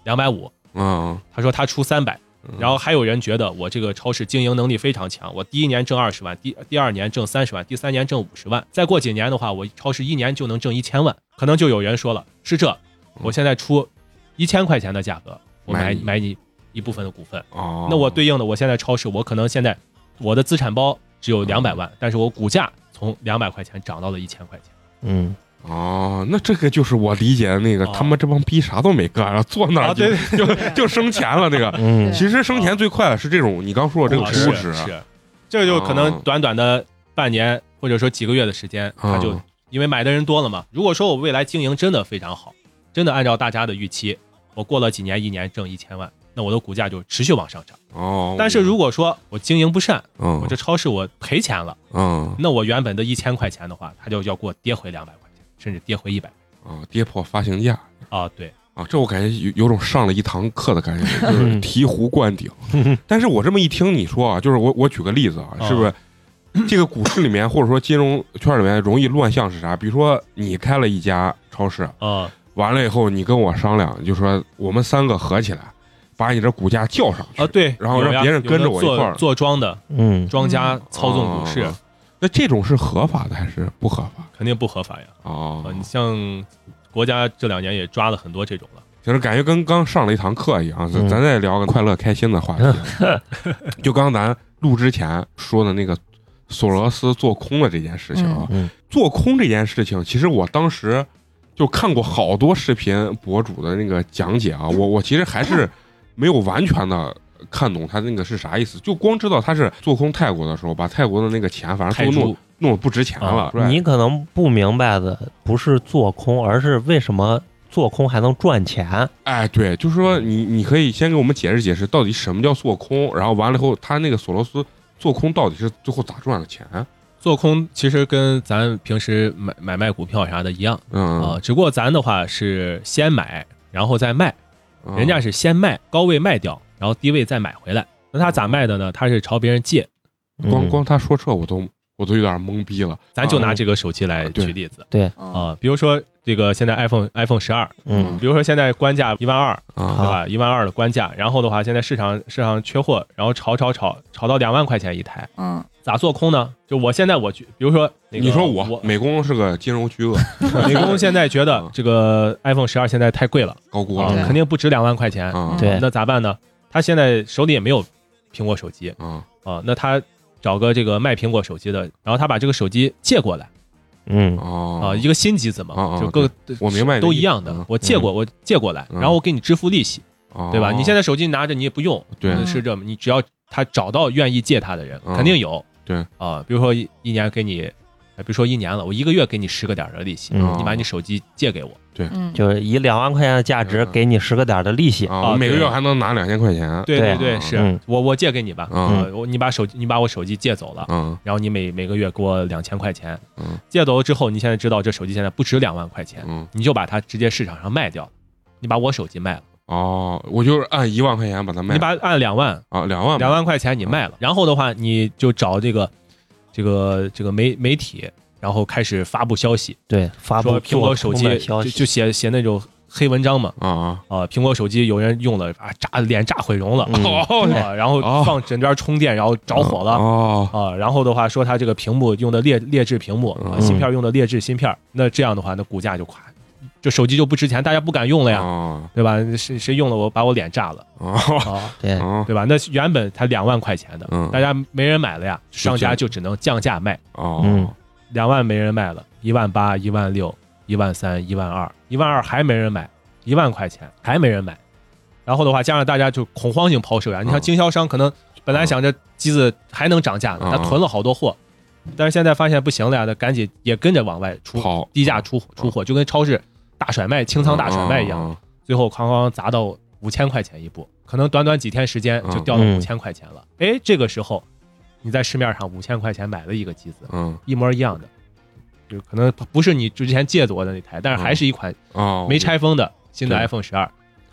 两百五，
嗯，
他说他出三百，
嗯
然后还有人觉得我这个超市经营能力非常强，我第一年挣二十万，第第二年挣三十万，第三年挣五十万，再过几年的话，我超市一年就能挣一千万。可能就有人说了，是这，我现在出一千块钱的价格，我
嗯买
买
你
买你一部分的股份，
哦，
那我对应的我现在超市，我可能现在我的资产包只
嗯
有两百万，但是我股价从两百块钱涨到了一千块钱。
嗯，
哦，那这个就是我理解的那个，
哦
他们这帮逼啥都没干，然后坐那儿
啊
就
对
[LAUGHS] 就就生钱了。这个
嗯
对
其实生钱最快的是这种，你刚说的这个
啊
估
是
值，
是，这就可能短短的半年或者说几个月的时间，
嗯
它就因为买的人多了嘛。如果说我未来经营真的非常好，真的按照大家的预期，我过了几年一年挣一千万，那我的股价就持续往上涨。
哦。
但是如果说我经营不善，
嗯
我这超市我赔钱了，
嗯
那我原本的一千块钱的话，它就要给我跌回两百块钱，甚至跌回一百。
啊，跌破发行价
啊，对，
啊，这我感觉有有种上了一堂课的感觉，就是
嗯
醍醐灌
[LAUGHS]
顶。但是我这么一听你说啊，就是我我举个例子啊，
啊
是
[CLEARS THROAT]
不是？这个股市里面或者说金融圈里面容易乱象是啥？比如说你开了一家超市，
啊
完了以后你跟我商量，就说我们三个合起来，把你这股价叫上去
啊，。对，
然后
有
让
呀
别人
有
跟
的
着我一
做
块儿
做庄的
嗯
庄家操纵股市
哦，那这种是合法的还是不合法？
肯定不合法呀。
哦
啊，，你像国家这两年也抓了很多这种了。
就是感觉跟刚上了一堂课一样。咱
嗯
咱再聊个快乐开心的话题，
嗯
[LAUGHS] 就刚咱录之前说的那个索罗斯做空的这件事情啊，
嗯嗯
做空这件事情，其实我当时就看过好多视频博主的那个讲解
嗯
啊，我我其实还是没有完全的。看懂他那个是啥意思，就光知道他是做空泰国的时候，把泰国的那个钱反正
泰
都弄
铢
弄得不值钱了。
啊
是吧
你可能不明白的不是做空，而是为什么做空还能赚钱。
哎，对，就是说
嗯
你你可以先给我们解释解释，到底什么叫做空，然后完了以后，他那个索罗斯做空到底是最后咋赚的钱？
做空其实跟咱平时买买卖股票啥的一样
嗯
啊、，只不过咱的话是先买，然后再卖，
嗯
人家是先卖高位卖掉，然后低位再买回来。那他咋卖的呢？他是朝别人借，
光
嗯
光他说这我都我都有点懵逼了。
咱就
啊
拿这个手机
啊
来
对
举例子啊、
哦，
比如说这个现在 iPhone iPhone 十二，
嗯
比如说现在官价一万二，对
啊
好
吧？一万二的官价，然后的话现在市场市场缺货，然后炒炒炒炒到两万块钱一台，
嗯，
咋做空呢？就我现在我去，比如说、那个
你说
我
我美工是个金融巨
[LAUGHS]
鳄，
美工现在觉
嗯
得这个 iPhone 十二现在太贵了，
高估
啊
了
对
肯定不值两万块钱。
啊
对
那咋办呢？他现在手里也没有苹果手机
啊
啊，那他找个这个卖苹果手机的，然后他把这个手机借过来
嗯
哦
啊，一个新机子嘛，
啊啊
就各
我明白你的
都
意
一
思
样的
嗯，
我借过我借过来，
嗯
然后我给你支付利息，
哦
对吧？你现在手机拿着你也不用，
对
嗯是这么，你只要他找到愿意借他的人，
嗯
肯定有。
对
啊，比如说一一年给你，哎比如说一年了，我一个月给你十个点儿的利息，
嗯
你把你手机借给我，
哦
嗯，
就是以两万块钱的价值给你十个点儿的利息，
啊，
啊
我每个
对
月还能拿两千块钱，
对
对
对，
啊
是、
嗯
我我借给你吧，
嗯
呃我你把手机你把我手机借走了，
嗯
然后你每每个月给我两千块钱，
嗯
借走了之后，你现在知道这手机现在不值两万块钱，
嗯
你就把它直接市场上卖掉，你把我手机卖了，
哦，我就是按一万块钱把它卖，
你把按两万
啊两万吧
两万块钱你卖了，然后的话你就找这个这个这个媒媒体，然后开始发布消息，
对，发布
说苹果
做
手
空
机
的
就
消息，
就写写那种黑文章嘛。
啊啊
啊、苹果手机有人用了啊，炸脸炸毁容了，
嗯
啊然后放枕边充电，然后着火了，
哦
啊，然后的话说它这个屏幕用的劣劣质屏幕，啊
嗯
芯片用的劣质芯片，那这样的话，那股价就垮，这手机就不值钱，大家不敢用了
哦
呀，
啊
对吧？谁谁用了我把我脸炸了
啊
啊，
对，
啊
对吧？那原本才两万块钱的
嗯，
大家没人买了呀，
是这
商
样
家就只能降价卖，
哦
嗯
两万没人卖了，一万八、一万六、一万三、一万二、一万二还没人买，一万块钱还没人买。然后的话，加上大家就恐慌性抛售呀，你看
嗯
经销商可能本来想着机子还能涨价呢，
嗯
他囤了好多货，但是现在发现不行了呀，那赶紧也跟着往外出
跑
低价出出货，就跟超市大甩卖、清仓大甩卖一样，
嗯，
最后哐哐砸到五千块钱一部，可能短短几天时间就掉到
嗯
五千块钱了。哎，这个时候你在市面上五千块钱买了一个机子，
嗯
一模一样的，就可能不是你之前借我的那台，但是还是一款
嗯哦
没拆封的新的
对
iPhone 十二，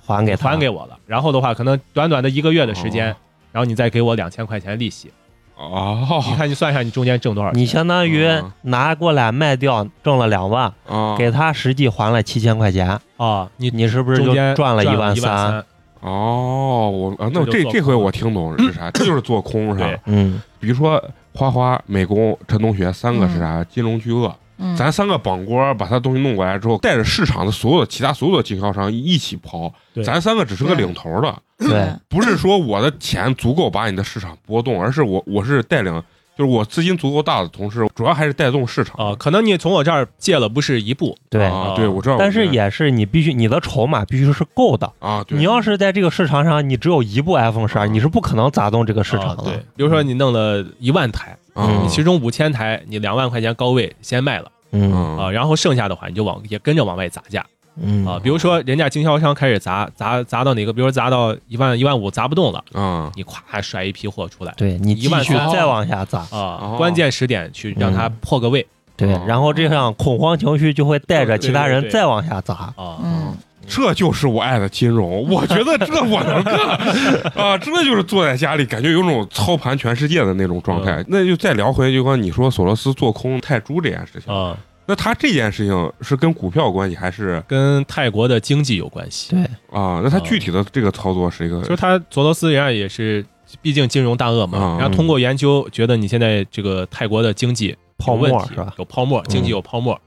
还给他
还给我了。然后的话，可能短短的一个月的时间
哦，
然后你再给我两千块钱利息，你
哦
看你算一下，你中间挣多少
你
钱？
相当于
嗯
拿过来卖掉挣了两万，
啊
给他实际还了七千块钱，
啊，你
你是不是
中
就
间
赚了
一
一万三？
三，
哦，我啊，那我
这
这
就做
这回我听懂了是
[COUGHS]
啥，这就是做空是
对
吧？
嗯，
比如说花花、美工、陈同学三个是啥？金融巨鳄，
嗯
咱三个绑锅把他东西弄过来之后，带着市场的所有其他所有的经销商一起抛
对，
咱三个只是个领头的，
对，
不是说我的钱足够把你的市场波动，而是我我是带领，就是我资金足够大的同时，主要还是带动市场
啊，可能你从我这儿借了不是一步，
对。
啊，对我知道，
哦
但是
我
也是你必须你的筹码必须是够的，
啊，对
你要是在这个市场上你只有一部 iPhone 十二，你是不可能砸动这个市
啊
场嗯
对
的。，
比如说你弄了一万台，
啊
嗯你其中五千台你两万块钱高位先卖了
嗯
啊
啊，然后剩下的话你就往也跟着往外砸价。
嗯
啊，比如说人家经销商开始砸砸砸到哪个，比如说砸到一万一万五砸不动了，
啊
你咵甩一批货出来
对你继
一万
续
三
再往下砸，
啊
哦，嗯
关键时点去让它破个位
对
哦，
然后这样恐慌情绪就会带着其他
对对对
人
对
再往下砸。
啊，
嗯
这就是我爱的金融，我觉得这我能 [LAUGHS] 干啊！真的就是坐在家里，感觉有种操盘全世界的那种状态。那就再聊回，就刚你说索罗斯做空泰铢这件事情，
啊，
那他这件事情是跟股票有关系还是
跟泰国的经济有关系。
对，
啊？那他具体的这个操作是一个
就是他索罗斯人家也是，毕竟金融大鳄嘛
嗯，
然后通过研究觉得你现在这个泰国的经济
泡
有问
沫
题
是吧？嗯
有泡沫，经济有泡沫，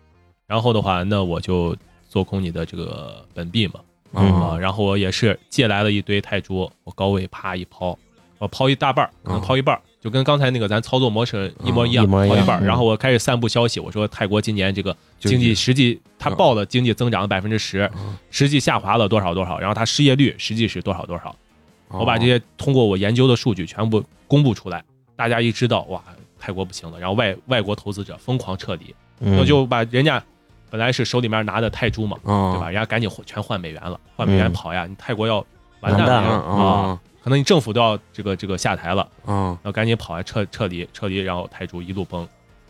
然后的话，那我就做空你的这个本币嘛。
嗯
啊，
啊
然后我也是借来了一堆泰铢，我高位啪一抛，我抛一大半儿，可能
啊
抛一半儿，就跟刚才那个咱操作模式一模一样，
一模一
抛
样
一半儿。
嗯嗯
然后我开始散布消息，我说泰国今年这个经济实际它
啊
报
嗯
了经济增长百分之十，实际下滑了多少多少，然后它失业率实际是多少多少。我把这些通过我研究的数据全部公布出来，大家一知道，哇，泰国不行了，然后外外国投资者疯狂撤离，
那
那就把人家本来是手里面拿的泰铢嘛。
啊，
对吧？人家赶紧换全换美元了，换美元
嗯
跑呀！你泰国要完
完
蛋
蛋
了
了嗯
呀
啊
可能你政府都要这个这个下台了，
啊啊！
然后赶紧跑呀，撤撤离撤离，然后泰铢一路崩，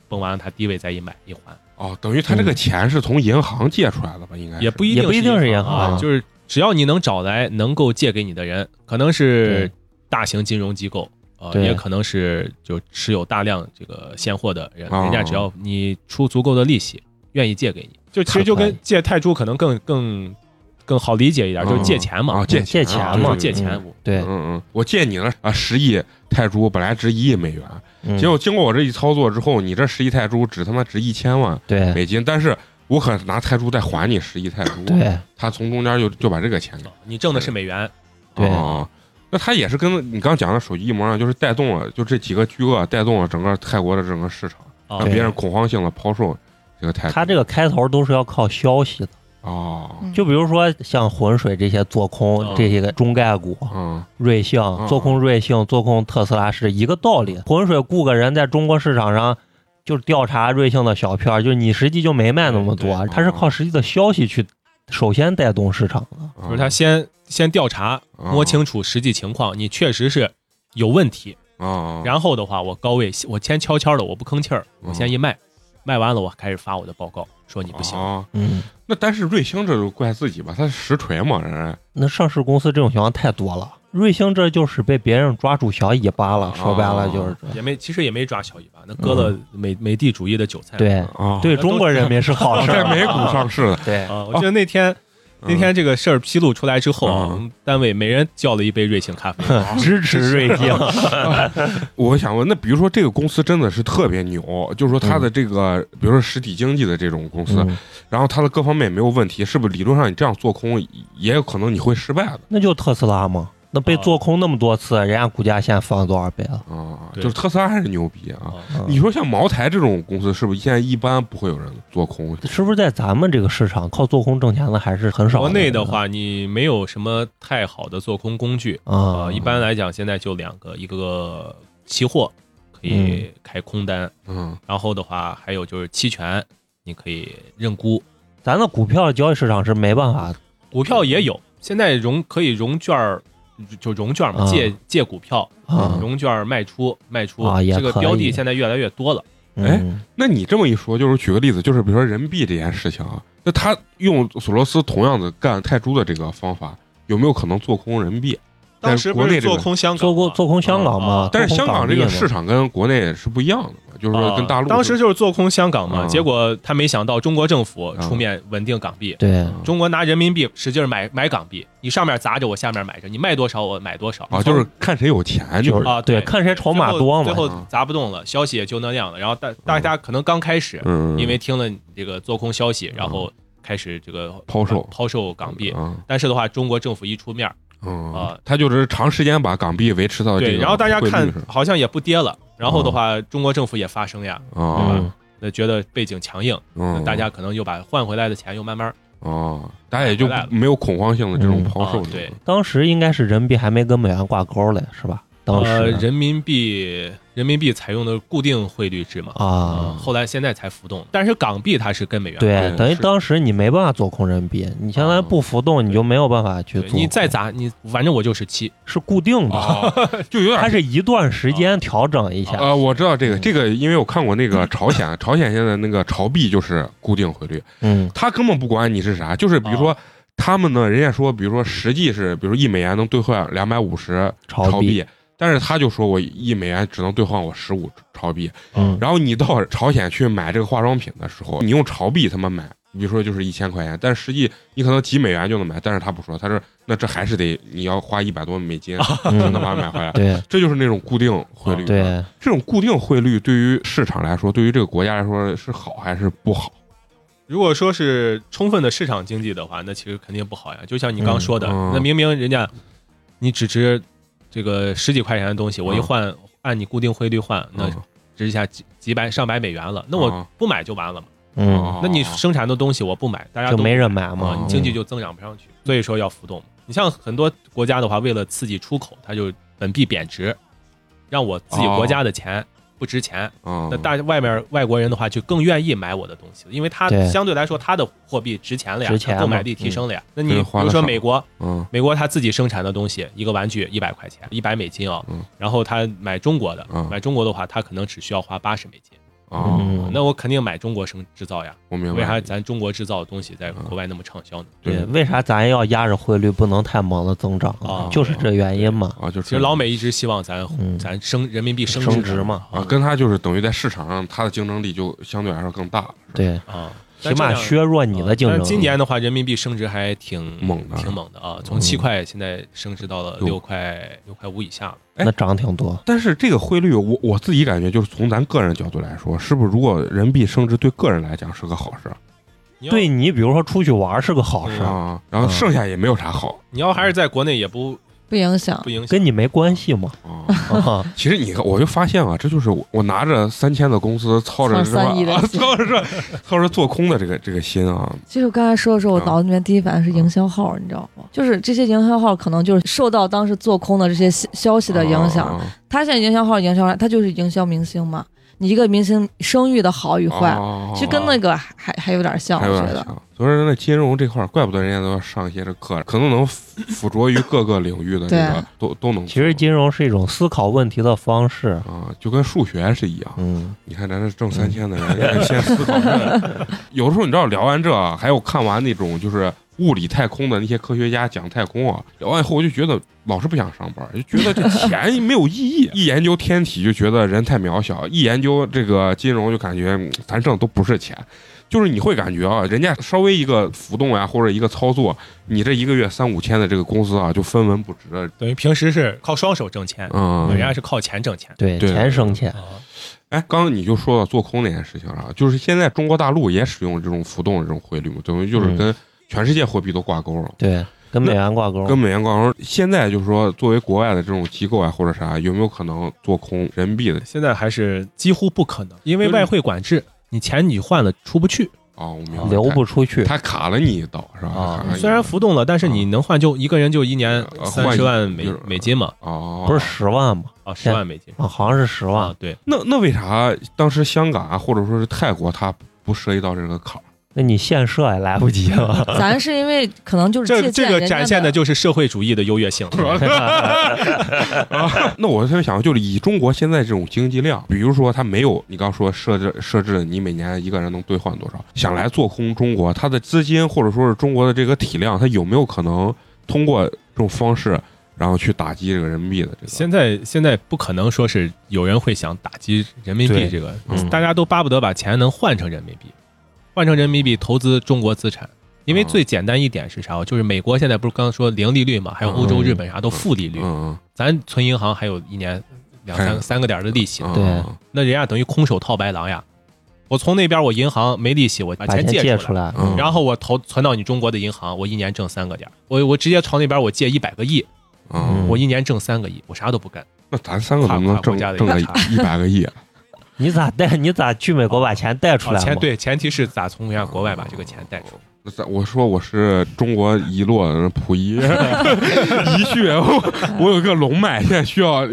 崩完了它低位再一买一还，
哦，等于他这个钱是从银行借出来的吧？应该是
也不一
也
定
不一定是银
啊，
行
就是只要你能找来能够借给你的人，可能是
对
大型金融机构。呃，
对
也可能是就持有大量这个现货的人，
啊
人家只要你出足够的利息，愿意借给你，就其实就
太快
跟借泰铢可能更更更好理解一点，就是借钱嘛，
啊，借
嗯哦借
钱啊
钱嘛
对对对
借钱
嗯。对
嗯，嗯，我借你了啊，十亿泰铢，本来值一亿美元，
嗯
结果经过我这一操作之后，你这十亿泰铢只他妈值一千万
对
美金，但是我可拿泰铢再还你十亿泰铢，啊
对
他从中间就就把这个钱给
嗯你挣的是美元，
对
哦那他也是跟你刚讲的手机一模一样，就是带动了，就这几个巨鳄带动了整个泰国的整个市场，
啊
让
对
别人恐慌性的抛售这个泰铢。
他这个开头都是要靠消息的，
哦，
就比如说像浑水这些做
嗯
空这些个中概股，
嗯，
瑞幸做空瑞幸，做空特斯拉是一个道理。浑水雇个人在中国市场上就调查瑞幸的小票，就是你实际就没卖那么多
对，
他是靠实际的消息去首先带动市场的。
就
就是他先先调查，
嗯
哦
摸清楚实际情况，你确实是有问题，
哦
啊，
然后的话，我高位，我先悄悄的，我不吭气儿，我先一卖，卖完了我开始发我的报告，说你不行，
哦
嗯，
那但是瑞星这就怪自己吧，他是实锤嘛，人
那上市公司这种情况太多了。瑞幸这就是被别人抓住小尾巴了，说白了就是这样
也没其实也没抓小尾巴，那割了
嗯
美美帝主义的韭菜。
对
啊，
对中国人民是好事
[LAUGHS] 在
儿。
美股上市的，
[LAUGHS]
对
啊，我记得那天那天这个事儿披露出来之后啊，
嗯
我们单位每人叫了一杯瑞幸咖啡，
支持瑞幸，
我想问，那比如说这个公司真的是特别牛，就是说它的这个，比如说实体经济的这种公司，
嗯
然后它的各方面也没有问题，是不是理论上你这样做空也有可能你会失败的
那就特斯拉嘛。那被做空那么多次，人家股价现在翻了多少倍了？
啊？
对
就是特斯拉还是牛逼啊！
嗯
你说像茅台这种公司，是不是现在一般不会有人做空？
是不是在咱们这个市场靠做空挣钱的还是很 [LAUGHS] 少？嗯
国内的，话，你没有什么太好的做空工具啊、
啊，
一般来讲，现在就两个，一个期货可以开空单，
嗯，
然后的话还有就是期权，你可以认沽，
咱的股票交易市场是没办法，
股票也有，现在融可以融券儿，就融券嘛，
啊
借借股票，嗯
啊
融券儿卖出卖出，
啊也
这个
可
标的
以
现在越来越多了。
嗯，
那你这么一说，就是举个例子，就是比如说人民币这件事情啊，那他用索罗斯同样的干泰铢的这个方法，有没有可能做空人民币？但
当
是
时
国
不
内
是
这个
做空香港吗，
做空做空香港嘛
啊，
但是香港这个市
场，
场跟国内是不一样的嘛，就是说跟大陆
啊当时就是做空香港嘛，
啊
结果他没想到中国政府
啊
出面稳定港币，
对
中国拿人民币使劲买买港币，你上面砸着我下面买着，你卖多少我买多少
啊，就是看谁有钱，就是
啊
对，看谁筹码多
最
嘛，啊
后最后砸不动了，消息也就那样了。然后大大家可能刚开始，
嗯，
因为听了你这个做空消息，然后开始这个呃
抛售
抛售港币。
啊，
但是的话，中国政府一出面，
嗯
啊，
他就是长时间把港币维持到啊这
对，
个
然后大家
汇率
看
上
好像也不跌了，然后的话，中国政府也发声呀，
嗯
啊，
那觉得背景强硬，那
嗯，
大家可能又把换回来的钱又慢慢
啊，大家也就
回来了
没有恐慌性的这种
嗯
抛售
啊
了，
对
当时应该是人民币还没跟美元挂钩嘞，是吧？
哦
当
啊
呃
时
人民币人民币采用的固定汇率制嘛，
啊
嗯，后来现在才浮动，但是港币它是跟美元
对，等于
是
当时你没办法做空人民币，你相当于不浮动，你就没有办法去
对
做，
你
嗯
再砸你，反正我就是七，
是固定的，
啊，就有点
它是一段时间调整一下，
啊，我知道这个，
嗯
这个因为我看过那个朝鲜，朝鲜现在那个朝币就是固定汇率，
嗯
他根本不管你是啥，就是
啊
比如说。他们呢，人家说，比如说实际是，比如说一美元能兑换两百五十
炒
朝
币，
币，但是他就说我一美元只能兑换我十五朝币。 [LAUGHS]
嗯，
然后你到朝鲜去买这个化妆品的时候，你用朝币他妈买，比如说就是一千块钱，但实际你可能几美元就能买，但是他不说，他说那这还是得你要花一百多美
[LAUGHS]
金才能把它买回来。
嗯对
这就是那种固定汇
哦
率。，
对，
这种固定汇率对于市场来说，对于这个国家来说是好还是不好？
如果说是充分的市场经济的话，那其实肯定不好呀。就像你刚说的，
嗯嗯
那明明人家你只值这个十几块钱的东西，我一换、按你固定汇率换，那
嗯
值一下几几百上百美元了，那我
嗯哦
不买就完了嘛。
嗯，
啊
那你生产的东西我不买，啊大家
就
都
没人买
啊，
嘛嗯
你，经济就增长不上去，所以说要浮动。你像很多国家的话，为了刺激出口，它就本币贬值，让我自己
哦
国家的钱不值钱，
啊，
那大外面外国人的话，就更愿意买我的东西了，因为他
对
相对来说他的货币值钱了呀，
值钱
它购买
嘛
力提
嗯
升了呀。那
对
你比
花
如
得
说
少
美国，
嗯
美国他自己生产的东西，一个玩具一百块钱，一百美金哦
嗯，
然后他买中国的
嗯，
买中国的话，他可能只需要花八十美金，哦
啊，
嗯，
那我肯定买中国生制造呀。
我明
为
白
啥
了。
咱中国制造的东西在国外那么畅销呢？
对，为啥咱要压着汇率不能太猛的增长
啊
呢？就是这原因嘛。
啊，就是
其实老美一直希望咱
嗯
咱升人民币啊升
升
值
值嘛
啊啊，跟他就是等于在市场上，他的竞争力就相对来说更大了。
对，
啊，
起码削弱你的竞
但
争
是
力。
今年的话，人民币升值还挺
猛的嗯
挺猛的啊！从七块现在升值到了
哟
六块六块五以下了。
哎
那涨挺多，
但是这个汇率，我我自己感觉就是从咱个人角度来说，是不是如果人民币升值对个人来讲是个好
啊
事
你要
对你比如说出去玩是个好事，
嗯
啊？然后
嗯
剩下也没有啥好
你要还是在国内也不
不影响
不。影响
跟。你没关系嘛。
啊。
啊
其实你看，我就发现啊，这就是我我拿着三千的工资，操着
操
是吧？
三亿
[LAUGHS]
的
啊
心
操着这操着做空的这个这个心啊，
其实我刚才说的时候，我
啊
脑子里面第一反应是营销号，你知道吗？就是这些营销号可能就是受到当时做空的这些消消息的影响。
啊
他现在营销号营销号，他就是营销明星嘛。你一个明星声誉的好与坏，
啊
其实跟那个还还还有点像，
还有
我觉
点
得。
像。所以说，那金融这块儿，怪不得人家都要上一些这课，可能能附附着于各个领域的这
对
个
啊
都都能做。
其实金融是一种思考问题的方式。
啊，就跟数学是一样。
嗯，
你看咱这挣三千的人，人
[LAUGHS]
家先思考这个。有的时候你知道，聊完这啊，还有看完那种就是物理太空的那些科学家讲太空啊，聊完以后我就觉得老是不想上班，就觉 [LAUGHS]
[LAUGHS]
得这钱没有意义。一研究天体就觉得人太渺小，一研究这个金融就感觉嗯咱挣的都不是钱。就是你会感觉啊，人家稍微一个浮动啊，或者一个操作，你这一个月三五千的这个工资啊，就分文不值。
等于平时是靠双手挣钱，人
嗯，
家是靠钱挣钱。
对，
对
钱生钱。
啊，
哎，刚刚你就说到做空那件事情了，就是现在中国大陆也使用这种浮动的这种汇率嘛，等于就是
嗯
跟全世界货币都挂钩了，
对，跟美元挂钩。
跟美元挂钩。现在就是说，作为国外的这种机构啊或者啥，有没有可能做空人民币的
现在还是几乎不可能，因为外汇管制，你钱你换了出不去。
啊？我明白，
流不出去。
他，他卡了你一刀是吧？
啊
卡了你一刀
虽然浮动了，但是你能换就一个人就一年
哎啊呃
三
换
十
一
万美
就是
美金嘛，
哦，
不是十万嘛？
啊，十万美金
啊，好像是十
啊
万，。
对，
那那为啥当时香港啊或者说是泰国它不涉及到这个坎儿？ [LAUGHS]
那你现设也来不及
[LAUGHS]
了。
咱是因为可能就是借
这这
鉴
个
人家
展现的就是社会主义的优越性。
那我特别想，就是以中国现在这种经济量，比如说它没有你刚说设置设置，你每年一个人能兑换多少，想来做空中国，它的资金或者说是中国的这个体量，它有没有可能通过这种方式，然后去打击这个人民币的这个？
现在现在不可能说是有人会想打击人民币
对
这个
嗯，
大家都巴不得把钱能换成人民币，换成人民币投资中国资产。因为
嗯
最简单一点是啥？就是美国现在不是刚刚说零利率嘛，还有欧洲、
嗯
日本啥都负利率，
嗯
咱存银行还有一年两
还
三
有
三个点儿的利息呢，
嗯，
对
嗯
那人家等于空手套白狼呀。我从那边我银行没利息，我把
把
钱
钱
借
借
出
出
来，
来，
嗯
然后我投存到你中国的银行，我一年挣三个点儿，我我直接朝那边我借一百个亿，
嗯，
我一年挣三个亿，我啥都不干。
那咱三个能不能
跨跨国
挣
家的
挣个
一个差
一百个亿啊？
你咋带？你咋去美国把钱带出
啊，
来
前
嘛？
对前提是咋从人家国外把这个钱带出来。
[LAUGHS] 那咱我说我是中国遗落溥
[LAUGHS]
仪遗血，我我有个龙脉，现在需要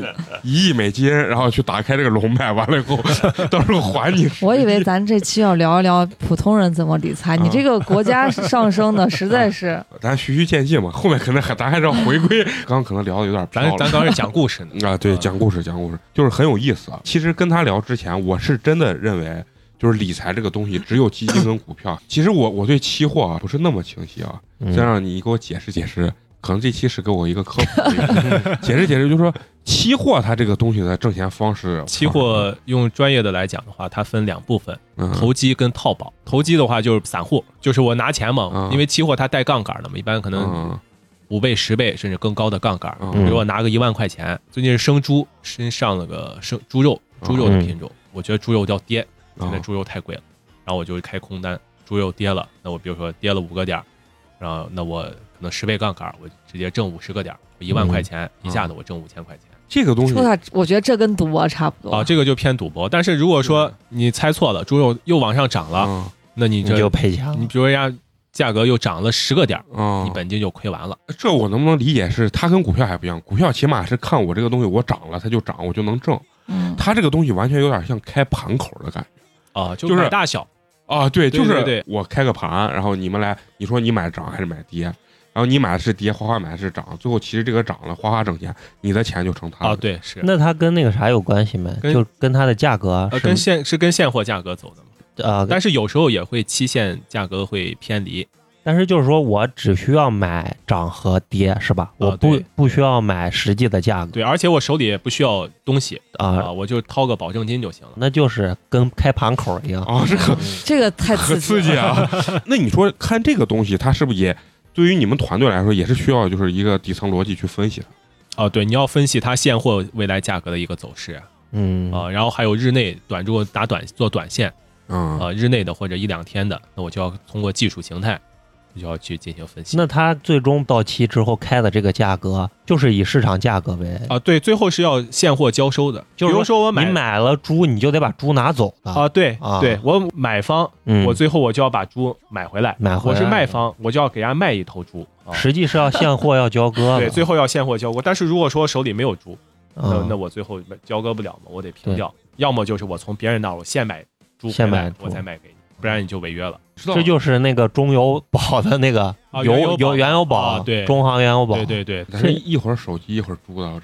一亿美金，然后去打开这个龙脉，完了以
[LAUGHS]
后到时候还你。
我以为咱这期要聊一聊普通人怎么理财，你这个国家上升的实
[LAUGHS]
在是
咱循序渐进嘛，后面可能还咱还是要回归。刚刚可能聊的有点飘
咱
了，
咱刚是讲故事呢
啊，对，
啊
讲故事讲故事就是很有意思啊。其实跟他聊之前，我是真的认为。就是理财这个东西，只有基金跟股
[LAUGHS]
票。其实我我对期货啊不是那么清晰啊，
嗯
再让你给我解释解释，可能这期是给我一个科普，解释解释，就是说期货它这个东西的挣钱方式，
期货用专业的来讲的话，它分两部分，
嗯
投机跟套保。投机的话就是散户，就是我拿钱嘛，
嗯
因为期货它带杠杆的嘛，一般可能
嗯
五倍、十倍甚至更高的杠杆。
嗯
比如我拿个一万块钱，最近是生猪，新上了个生猪肉，猪肉的品种，我觉得猪肉要跌，现在
嗯
猪肉太贵了，然后我就开空单，猪肉跌了，那我比如说跌了五个点儿，然后那我可能十倍杠杆儿，我直接挣五十个点儿，我一万块钱一下子我挣五千块钱
这个东西嗯
说他，我觉得这跟赌博差不多。
啊，这个就偏赌博。但是如果说你猜错了，猪肉又往上涨了，
啊
那你
你
这
就赔钱
你
了。
比如人家价格又涨了十个点儿，
啊
你，本金就亏完了。
这我能不能理解是它跟股票还不一样？股票起码是看我这个东西我涨了它就涨，我就能挣。
嗯，
它这个东西完全有点像开盘口的感觉。
啊，就
就是
买大小，
啊，对，
对
就是
对对
我开个盘，然后你们来，你说你买涨还是买跌？然后你买的是跌，花花买的是涨，最后其实这个涨了，花花挣钱，你的钱就成他的
啊，，
[LAUGHS]
对，是，
那它跟那个啥有关系没？
跟
就跟它的价格
呃，
是
跟现是跟现货价格走的嘛，
啊，
但是有时候也会期限价格会偏离，
但是就是说我只需要买涨和跌，是吧？我不、
哦对
不需要买实际的价格
对，而且我手里也不需要东西
啊、
啊，我就掏个保证金就行了。
那就是跟开盘口一样。
哦
啊，这可
这个太
可
刺
刺
激
激啊！
[LAUGHS]
那你说看这个东西，它是不是也对于你们团队来说也是需要就是一个底层逻辑去分析它？
啊，对，你要分析它现货未来价格的一个走势
嗯
啊，然后还有日内短如果打短做短线
嗯
啊，日内的或者一两天的，那我就要通过技术形态，我就要去进行分析。
那它最终到期之后开的这个价格，就是以市场价格为，
啊，对，最后是要现货交收的，
就是
比如说我买
你买了猪，你就得把猪拿走的
啊，对
啊
对，我买方，
嗯
我最后我就要把猪买回来，
买回来
我是卖方，我就要给人家卖一头猪，啊、
实际是要啊现货要交割的。
对，最后要现货交割。但是如果说手里没有猪，那
嗯
那我最后交割不了嘛，我得平
对
掉，要么就是我从别人那儿我现买猪回来，
现买猪
我再卖给你，不然你就违约了。
知道
这就是那个中油宝的那个
啊原
油
油宝
油原油宝
啊，对
中航原油宝，
对对对，
咱这一会儿手机一会儿猪的，我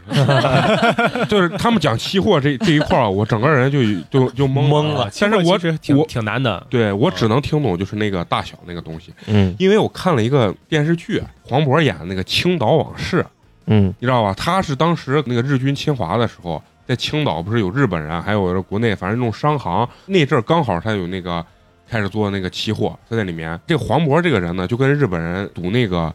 这就是 [LAUGHS] 他们讲期货这这一块儿，我整个人就就就懵
懵
啊
了
但是
期货
我
其实挺
我
挺难的
对我只能听懂就是那个大小那个东西，
嗯
因为我看了一个电视剧，黄渤演的那个《青岛往事》，
嗯
你知道吧？他是当时那个日军侵华的时候，在青岛不是有日本人，还有国内反正那种商行，那阵儿刚好他有那个开始做那个期货，他在里面。这个黄渤这个人呢，就跟日本人赌那个，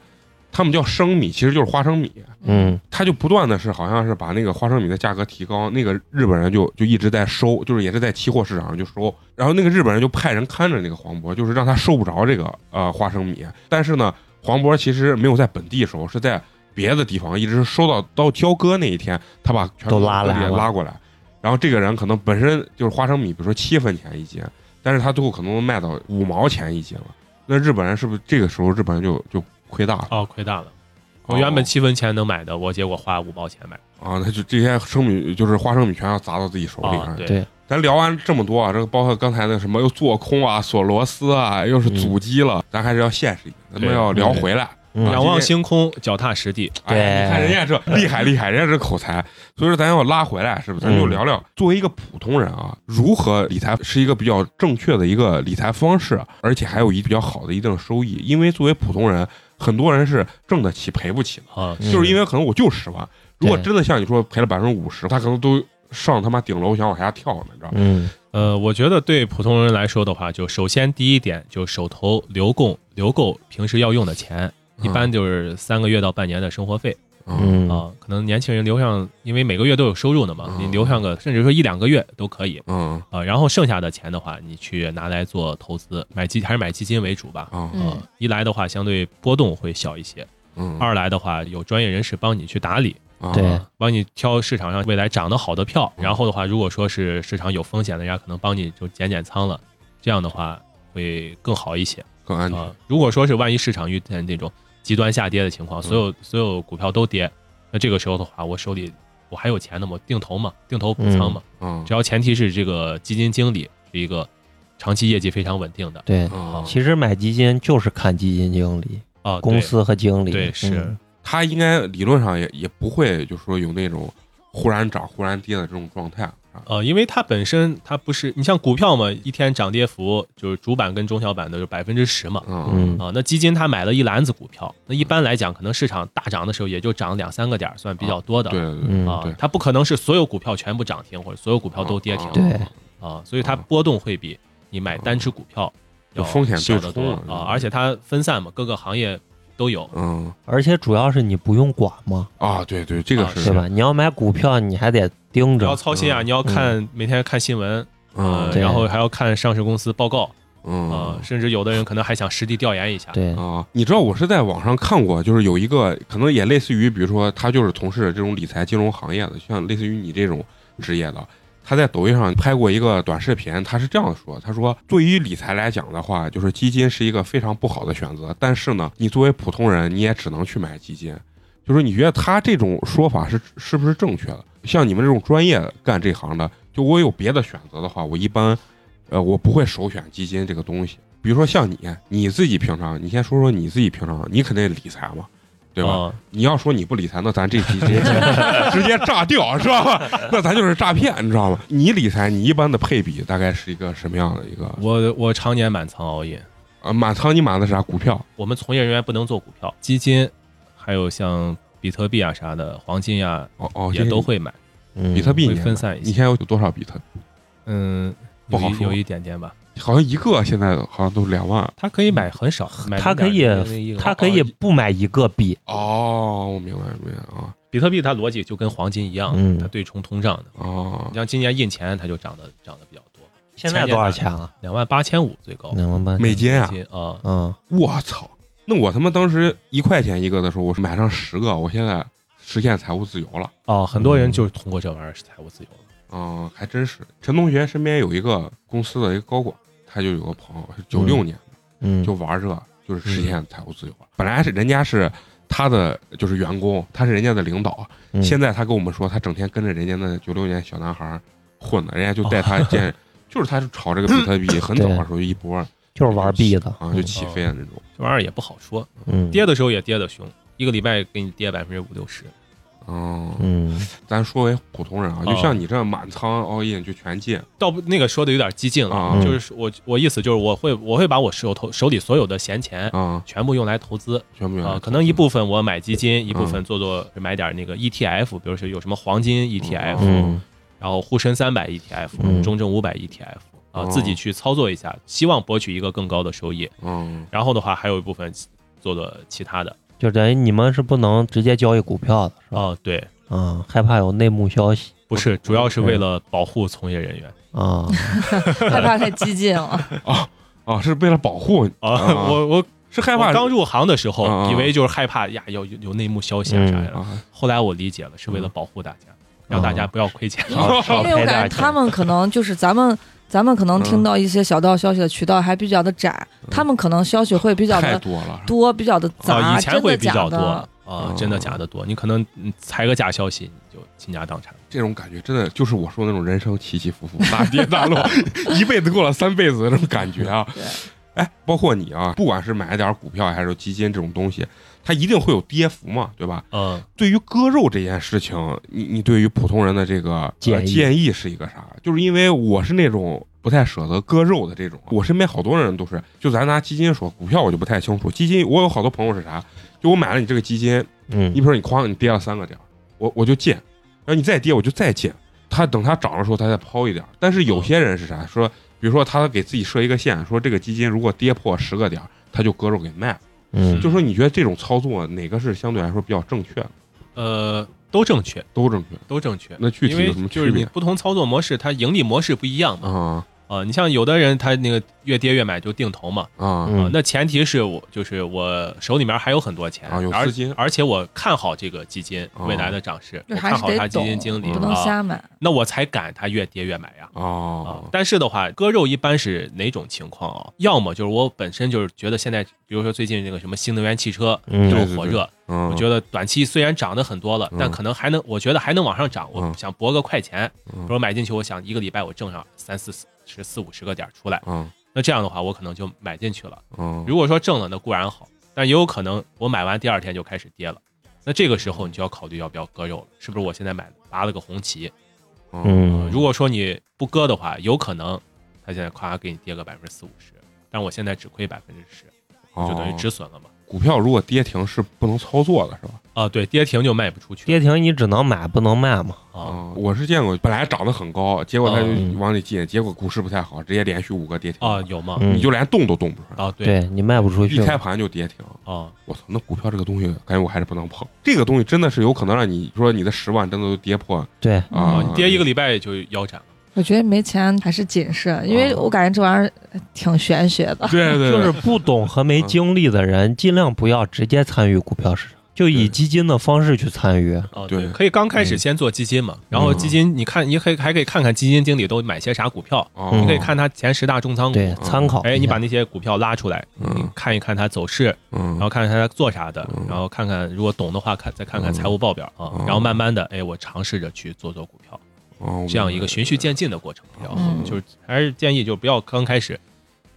他们叫生米，其实就是花生米。
嗯
他就不断的是好像是把那个花生米的价格提高，那个日本人就就一直在收，就是也是在期货市场上就收，然后那个日本人就派人看着那个黄渤，就是让他收不着这个呃花生米。但是呢，黄渤其实没有在本地收，是在别的地方，一直是收到到交割那一天，他把全
都拉来
也
了
拉过来。然后这个人可能本身就是花生米，比如说七分钱一斤，但是他最后可能能卖到五毛钱一斤了。那日本人是不是这个时候日本人就就亏大了？
哦，亏大了。我哦原
哦
本七分钱能买的，我结果花五毛钱买
啊，他就这些生米就是花生米全要砸到自己手里
啊
啊。，
对
对
咱聊完这么多啊，这个包括刚才那什么又做空啊、锁螺丝啊，又是阻击了，咱还是要现实一点，咱们
嗯对
要聊回来。
嗯
仰望星空，脚踏实地。
哎，你看人家这厉害厉害，人家这口才，所以说咱要拉回来，是不是？咱就
嗯
聊聊作为一个普通人啊，如何理财是一个比较正确的一个理财方式，而且还有一比较好的一定收益。因为作为普通人，很多人是挣得起赔不起的。
啊，
嗯
就是因为可能我就十万，如果
对
真的像你说赔了百分之五十，他可能都上他妈顶楼想往下跳呢，你知道吗？
嗯
呃，我觉得对普通人来说的话，就首先第一点，就手头留够留够平时要用的钱，一般就是三个月到半年的生活费
嗯，
嗯
啊。可能年轻人留上，因为每个月都有收入的嘛，
嗯
你留上个甚至说一两个月都可以
嗯
啊。然后剩下的钱的话，你去拿来做投资，买基还是买基金为主
[LAUGHS]
吧。
啊
嗯
啊，一来的话相对波动会小一些，
嗯，
二来的话有专业人士帮你去打理，
啊
对
啊帮你挑市场上未来涨得好的票。
嗯
然后的话，如果说是市场有风险的，人家可能帮你就减减仓了，这样的话会更好一些
更安全。
啊。如果说是万一市场遇见那种极端下跌的情
嗯
况，所有所有股票都跌，那这个时候的话，我手里我还有钱呢，我定投嘛，定投补仓嘛，
嗯
只要前提是这个基金经理是一个长期业绩非常稳定的
对，
啊，
其实买基金就是看基金经理、
啊，对
公司和经理，
对是
嗯
他应该理论上也也不会就说有那种忽然涨忽然跌的这种状态啊。
呃，因为它本身它不是，你像股票嘛，一天涨跌幅就是主板跟中小板的就百分之十嘛，
嗯
嗯
啊，那基金它买了一篮子股票，那一般来讲，可能市场大涨的时候也就涨两三个点儿，算比较多的。
对对对，
嗯
啊
对，
它不可能是所有股票全部涨停或者所有股票都跌停
啊
对
啊，所以它波动会比你买单只股票
就
要
风险
小
对
得
冲
多
了是吧
啊，而且它分散嘛，各个行业都有。
嗯
而且主要是你不用管嘛，
啊，对对，这个
啊
是
对吧？你要买股票，你还得盯
你要
着，
操心啊，
嗯
你要看每天看新闻，
嗯
呃
对
然后还要看上市公司报告啊
嗯，
甚至有的人可能还想实地调研一下。
对，
啊，你知道我是在网上看过，就是有一个可能也类似于，比如说他就是从事这种理财金融行业的，像类似于你这种职业的，他在抖音上拍过一个短视频，他是这样说，他说对于理财来讲的话，就是基金是一个非常不好的选择，但是呢，你作为普通人，你也只能去买基金。就是你觉得他这种说法是是不是正确的？像你们这种专业干这行的，就我有别的选择的话，我一般，呃，我不会首选基金这个东西。比如说像你，你自己平常，你先说说你自己平常，你肯定理财嘛，对吧？
啊
你要说你不理财，那咱这期直接直接炸掉，知道吧？那咱就是诈骗，你知道吗？你理财，你一般的配比大概是一个什么样的一个
我我常年满仓熬夜
啊，满仓你买的啥股票？
我们从业人员不能做股票、基金，还有像比特币啊啥的、黄金呀、
哦哦，
也都会买，
嗯
比特币
会
你
分散一
你
些。
现在有多少比特币？
嗯，
不
有
好
一
说
有一点点吧。
好像一个现在好像都是两万。
他可以买很少，买
他可以
0.01个一个
他可以不买一个币，
哦，我明白明白啊
比特币它逻辑就跟黄金一样，
嗯
它对冲通胀的。
哦
你，像今年印钱，它就涨得涨得比较多，
现在多少钱了？
两万八千五最高。
两万八千
美金啊！
金啊，
嗯，
我操！那我他妈当时一块钱一个的时候，我是买上十个，我现在实现财务自由了。
哦，很多
嗯
人就是通过这玩意儿是财务自由了。
嗯，还真是。陈同学身边有一个公司的一个高管，他就有个朋友是九六年
嗯，
就玩这，就是实现财务自由了。本来是人家是他的就是员工，他是人家的领导，
嗯
现在他跟我们说，他整天跟着人家那九六年小男孩儿混的，人家就带
哦
他
[LAUGHS]
见，就是他是炒这个比特币，很早的时候一波
就是玩币的
啊就起飞的那种
这玩意儿也不好说，
嗯，
跌的时候也跌得凶，一个礼拜给你跌百分之五六十。
哦。
嗯，
咱说为普通人啊，就像你这满仓 all in 就全进
倒不那个说的有点激进了，
啊
嗯
就是说我我意思就是我会我会把我手头手里所有的闲钱
啊，
全部用来投资
全部
啊、可能一部分我买基金，一部分做做买点那个 ETF，比如说有什么黄金 E ETF，、
嗯
然后沪深三百 ETF，、
嗯
中证五百 ETF 啊、
哦
自己去操作一下，希望博取一个更高的收益。
嗯
然后的话，还有一部分做做其他的
就等于你们是不能直接交易股票的，是吧？
啊、对，
啊，害怕有内幕消息
不是，主要是为了保护从业人员 [LAUGHS]
啊，
害怕太激进
[LAUGHS]
了，
啊啊，是为了保护，
啊、
啊
我我
是害怕
我刚入行的时候，
啊
以为就是害怕呀，有有有内幕消息啊
嗯
啥的。
啊
后来我理解了，是为了保护大家，让大家不要亏钱。
因
哦
[LAUGHS] 为
少
因为我
赔点
感觉
钱
他们可能就是咱们。咱们可能听到一些小道消息的渠道还比较的窄，他们可能消息会比较
嗯太
的
多了，
多，比较的
啊，
杂，
以前
真
会
的
比较
假
多
的
啊。，真的假的多。你可能嗯裁个假消息，你就倾家荡产。
这种感觉真的就是我说的那种人生起起伏伏、大跌大落， [LAUGHS] 一辈子过了三辈子的那种感觉啊
对。
哎，包括你啊，不管是买点股票还是基金这种东西，它一定会有跌幅嘛，对吧？
嗯，
对于割肉这件事情，你你对于普通人的这个呃
建议
建议是一个啥？就是因为我是那种不太舍得割肉的这种，啊我身边好多人都是，就咱拿基金说，股票我就不太清楚。基金我有好多朋友是啥？就我买了你这个基金，
嗯
你比如说你哐，你跌了三个点儿，我我就进，然后你再跌我就再进，他等它涨的时候他再抛一点儿。但是有些人是啥？说比如说他给自己设一个线，说这个基金如果跌破十个点儿，他就割肉给卖了。
嗯
就说你觉得这种操作哪个是相对来说比较正确的？
呃，都正确，
都正确。
都正确。
那具体
因为
有什么
就
区
是
别
你不同操作模式，它盈利模式不一样嘛。
啊
啊，你像有的人他那个越跌越买就定投嘛，
啊
啊
嗯，
那前提是我就是我手里面还有很多钱，
啊有
而
资金
而且我看好这个基金
哦
未来的涨势，
就
我
还
看
是
好它
得
基
懂，
金经理
不能
啊，
瞎买。
那我才敢它越跌越买呀。啊
哦，
但是的话，割肉一般是哪种情况啊？要么就是我本身就是觉得现在，比如说最近那个什么新能源汽车比
嗯
较
对
火热，
嗯，
我觉得短期虽然涨得很多了，
嗯
但可能还能，我觉得还能往上涨。我
嗯
想博个快钱，
嗯
比如买进去，我想一个礼拜我挣上三四十、四五十个点儿出来，
嗯
那这样的话我可能就买进去了。
嗯，
如果说挣了，那固然好，但也有可能我买完第二天就开始跌了。那这个时候你就要考虑要不要割肉了，是不是我现在买拔了个红旗？呃
嗯，
啊如果说你不割的话，有可能它现在夸给你跌个百分之四五十，但我现在只亏百分之十，
嗯
哦
就等于止损了嘛。
股票如果跌停是不能操作的，是吧？
啊，对，跌停就卖不出去
跌停你只能买不能卖嘛，
啊。
嗯我是见过本来涨得很高，结果它
嗯
就往里进，结果股市不太好，直接连续五个跌停
啊，，有吗？
嗯
你就连动都动不出来，
啊，对
对你卖不出去
一，开盘就跌停。
啊，
我操，那股票这个东西，感觉我还是不能碰。这个东西真的是有可能让你说你的十万真的都跌破
对，
啊，
你跌一个礼拜就腰斩了。
我觉得没钱还是谨慎，因为
哦
我感觉这玩意儿挺玄学的。
对对，
就是不懂和没
嗯
经历的人，尽量不要直接参与股票市场，就以
对
基金的方式去参与。
啊，
对嗯
可以刚开始先做基金嘛，然后基金你看，你可以还可以看看基金经理都买些啥股票，
你
你可以看他前十大重仓股。
对，参考一下。
哎，你把那些股票拉出来，你
嗯
看一看它走势，然
嗯
后看看他做啥的
嗯，
然后看看如果懂的话，看再看
嗯
看财务报表啊
嗯，
然后慢慢的，哎，我尝试着去做做股票，
哦
这样一个循序渐进的过程比较好
嗯。
就是还是建议，就不要刚开始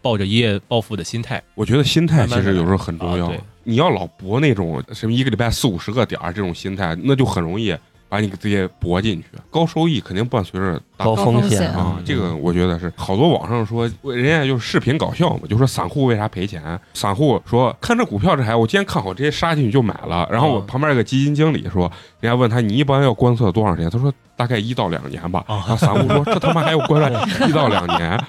抱着一夜暴富的心态。
我觉得心态其实有时候很重要。
慢慢地来啊对
你要老博那种什么一个礼拜四五十个点儿这种心态，那就很容易把你给自己搏进去。高收益肯定伴随着大
高风
风险
险
啊，这个我觉得是好多网上说，人家就是视频搞笑嘛，就说散户为啥赔钱？散户说看这股票这还，我今天看好，直接杀进去就买了。然后我
嗯
旁边有个基金经理说，人家问他你一般要观测多长时间？他说大概一到两年吧。
啊
啊，散户说这他妈还要观察一到两年，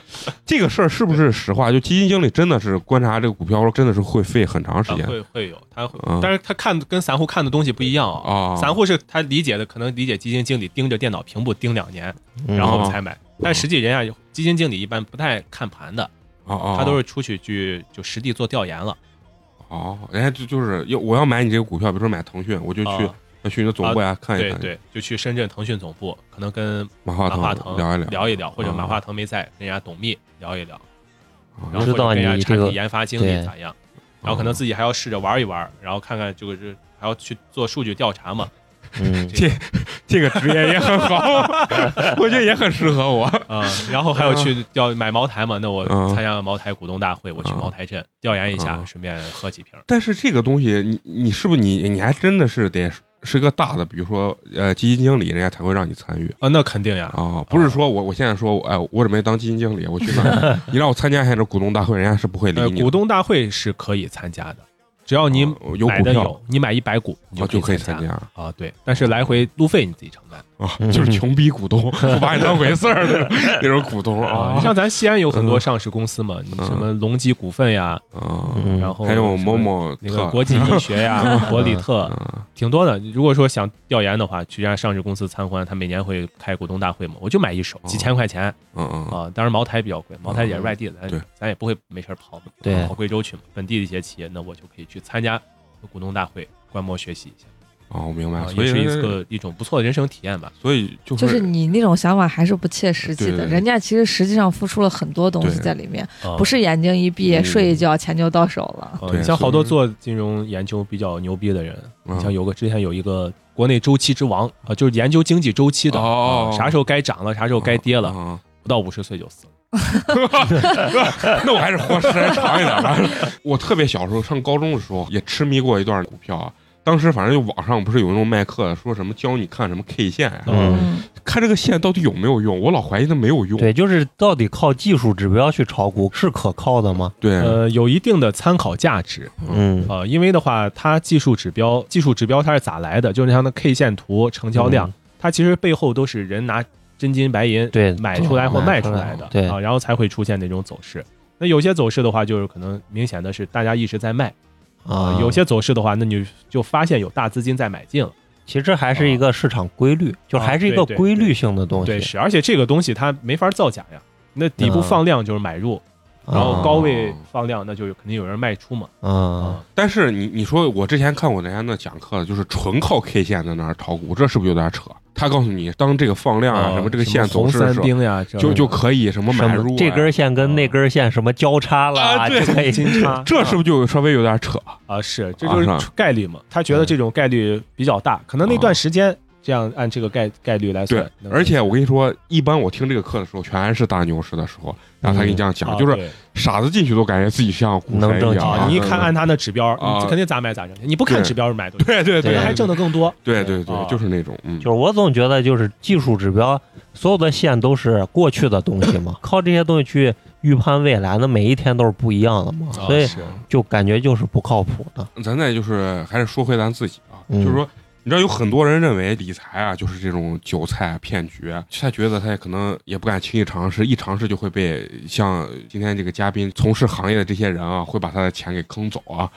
这个事儿是不是实话？就基金经理真的是观察这个股票，真的是会费很长时
啊
间
会会有他会
嗯，
但是他看跟散户看的东西不一样啊。
啊。
散户是他理解的，可能理解基金经理盯着电脑屏幕盯两年，
嗯
然后才
哦
买。但实际人家基金经理一般不太看盘的，
啊啊，
他都是出去去就实地做调研了。
哦，人家就就是要我要买你这个股票，比如说买腾讯，我就去
啊
去你的总部呀看一
对
看，
对，就去深圳腾讯总部，可能跟
马
马
化
化
腾
腾
聊一聊
聊一聊，或者
啊
马化腾没在，跟人家董秘聊一聊，
啊
然后
知道
或者跟人
你
家产
这个
品研发经理
对
咋样，然后可能自己还要试着玩一玩，然后看看这个是还要去做数据调查嘛。
嗯，
[LAUGHS] 这个职业也很好， [LAUGHS] 我觉得也很适合
[LAUGHS]
我。 [LAUGHS]
嗯，然后还有去要买茅台嘛，那我
嗯
参加茅台股东大会，我去
嗯
茅台镇调研一下，
嗯
顺便喝几瓶。
但是这个东西，你你是不是你你还真的是得是个大的，比如说呃基金经理，人家才会让你参与。
啊，那肯定呀，
啊，不是说我我现在说，哎，我准备当基金经理，我去那
[LAUGHS]
儿，你让我参加一下这股东大会，人家是不会理
呃，
你的。
股东大会是可以参加的，只要你
啊有
买
股
的
票
有，你买一百股，你
啊就可以
参
参加
啊。对，但是来回路费你自己承担。
啊，就是穷逼股东，不把你当回事儿
[LAUGHS]
的那种股东
嗯啊，
啊
像咱西安有很多
嗯
上市公司嘛，你什么隆基股份呀，
啊，
嗯
然后
还有某
什么
某
那个
特
国际医
[LAUGHS]
学呀、国力特，
啊
挺多的。如果说想调研的话，去人家上市公司参观，他每年会开股东大会嘛，我就买一手，几千块钱
嗯嗯
啊。当然茅台比较贵，茅台也是
嗯
外地的，
对
咱咱也不会没事儿跑
对
跑贵州去嘛，本地的一些企业，那我就可以去参加股东大会，观摩学习一下，
啊，我明白
啊，，
所
也
以
是一个一种不错的人生体验吧。
所以就
就是
是
你那种想法还是不切实际
对对
的，
对
人家其实实际上付出了很多东西
对
在里面，
啊
不是眼睛一闭
嗯
睡一觉钱就到手了。
呃
对
你像
所以
好多做金融研究比较牛逼的人，
嗯
你像有个之前有一个国内周期之王啊、就是研究经济周期的，
哦
啊啥时候该涨了，啥时候该跌了，
啊
不到五十岁就死了。
嗯那我还是活时间长一点吧。 [LAUGHS] 我特别小时候上高中的时候也痴迷过一段股票啊。当时反正就网上不是有那种卖课的，说什么教你看什么 K 线呀、
嗯，
嗯，
看这个线到底有没有用，我老怀疑它没有用。
对，就是到底靠技术指标去炒股是可靠的吗？
对
呃，有一定的参考价值
嗯
啊、呃因为的话，它技术指标，技术指标它是咋来的？就是像那 K 线图、成交量，
嗯
它其实背后都是人拿真金白银
对
买出来或卖
买
出
出
来
来
的，
对
啊，然后才会出现那种走势。那有些走势的话，就是可能明显的是大家一直在卖。啊
啊，，
有些走势的话，那你就发现有大资金在买进了，
其实还是一个市场规律，就还是一
啊
个
对对
规律性的东
对，
西。
是，而且这个东西它没法造假呀。那底部
嗯
放量就是买入，
啊
然后高位放量，那就有肯定有人卖出嘛。
啊，
但是你你说我之前看过人家那讲课，就是纯靠 K 线在那儿炒股，这是不是有点扯？他告诉你，当这个放量啊、
啊
什么这个线走
红
势的
三
时候，
丁呀，这
就就可以什么
什
买入、
么
啊、
这根线跟那根线什么交叉了
啊对
就可以
[LAUGHS] 金叉，
这是不是就稍微有点扯？
啊是，这
啊
就是是
吧嗯哦
概率嘛。他觉得这种概率比较大，可能那段时间这样按这个概概率 [LAUGHS] 来
对
算。，能
而且我跟你说，一般我听这个课的时候，全是大牛市的时候，然后他给你这样讲，
啊
就是
对
傻子进去都感觉自己像股
能
神一
挣
样。
钱
啊，
啊
你一看按他那指标，
啊
你肯定咋买咋挣钱。你不看
对
指标买多少，
对对
可
对
能还
对
挣得更多。
对对对
啊，
就是那种，嗯
就是我总觉得，就是技术指标，所有的线都是过去的东西嘛，靠这些东西去预判未来，那每一天都是不一样的嘛，
啊
所以
是
就感觉就是不靠谱的。
咱再就是还是说回咱自己啊，
嗯
就是说，你知道有很多人认为理财啊就是这种韭菜骗局，啊他觉得他也可能也不敢轻易尝试，一尝试就会被像今天这个嘉宾从事行业的这些人啊，会把他的钱给坑走啊。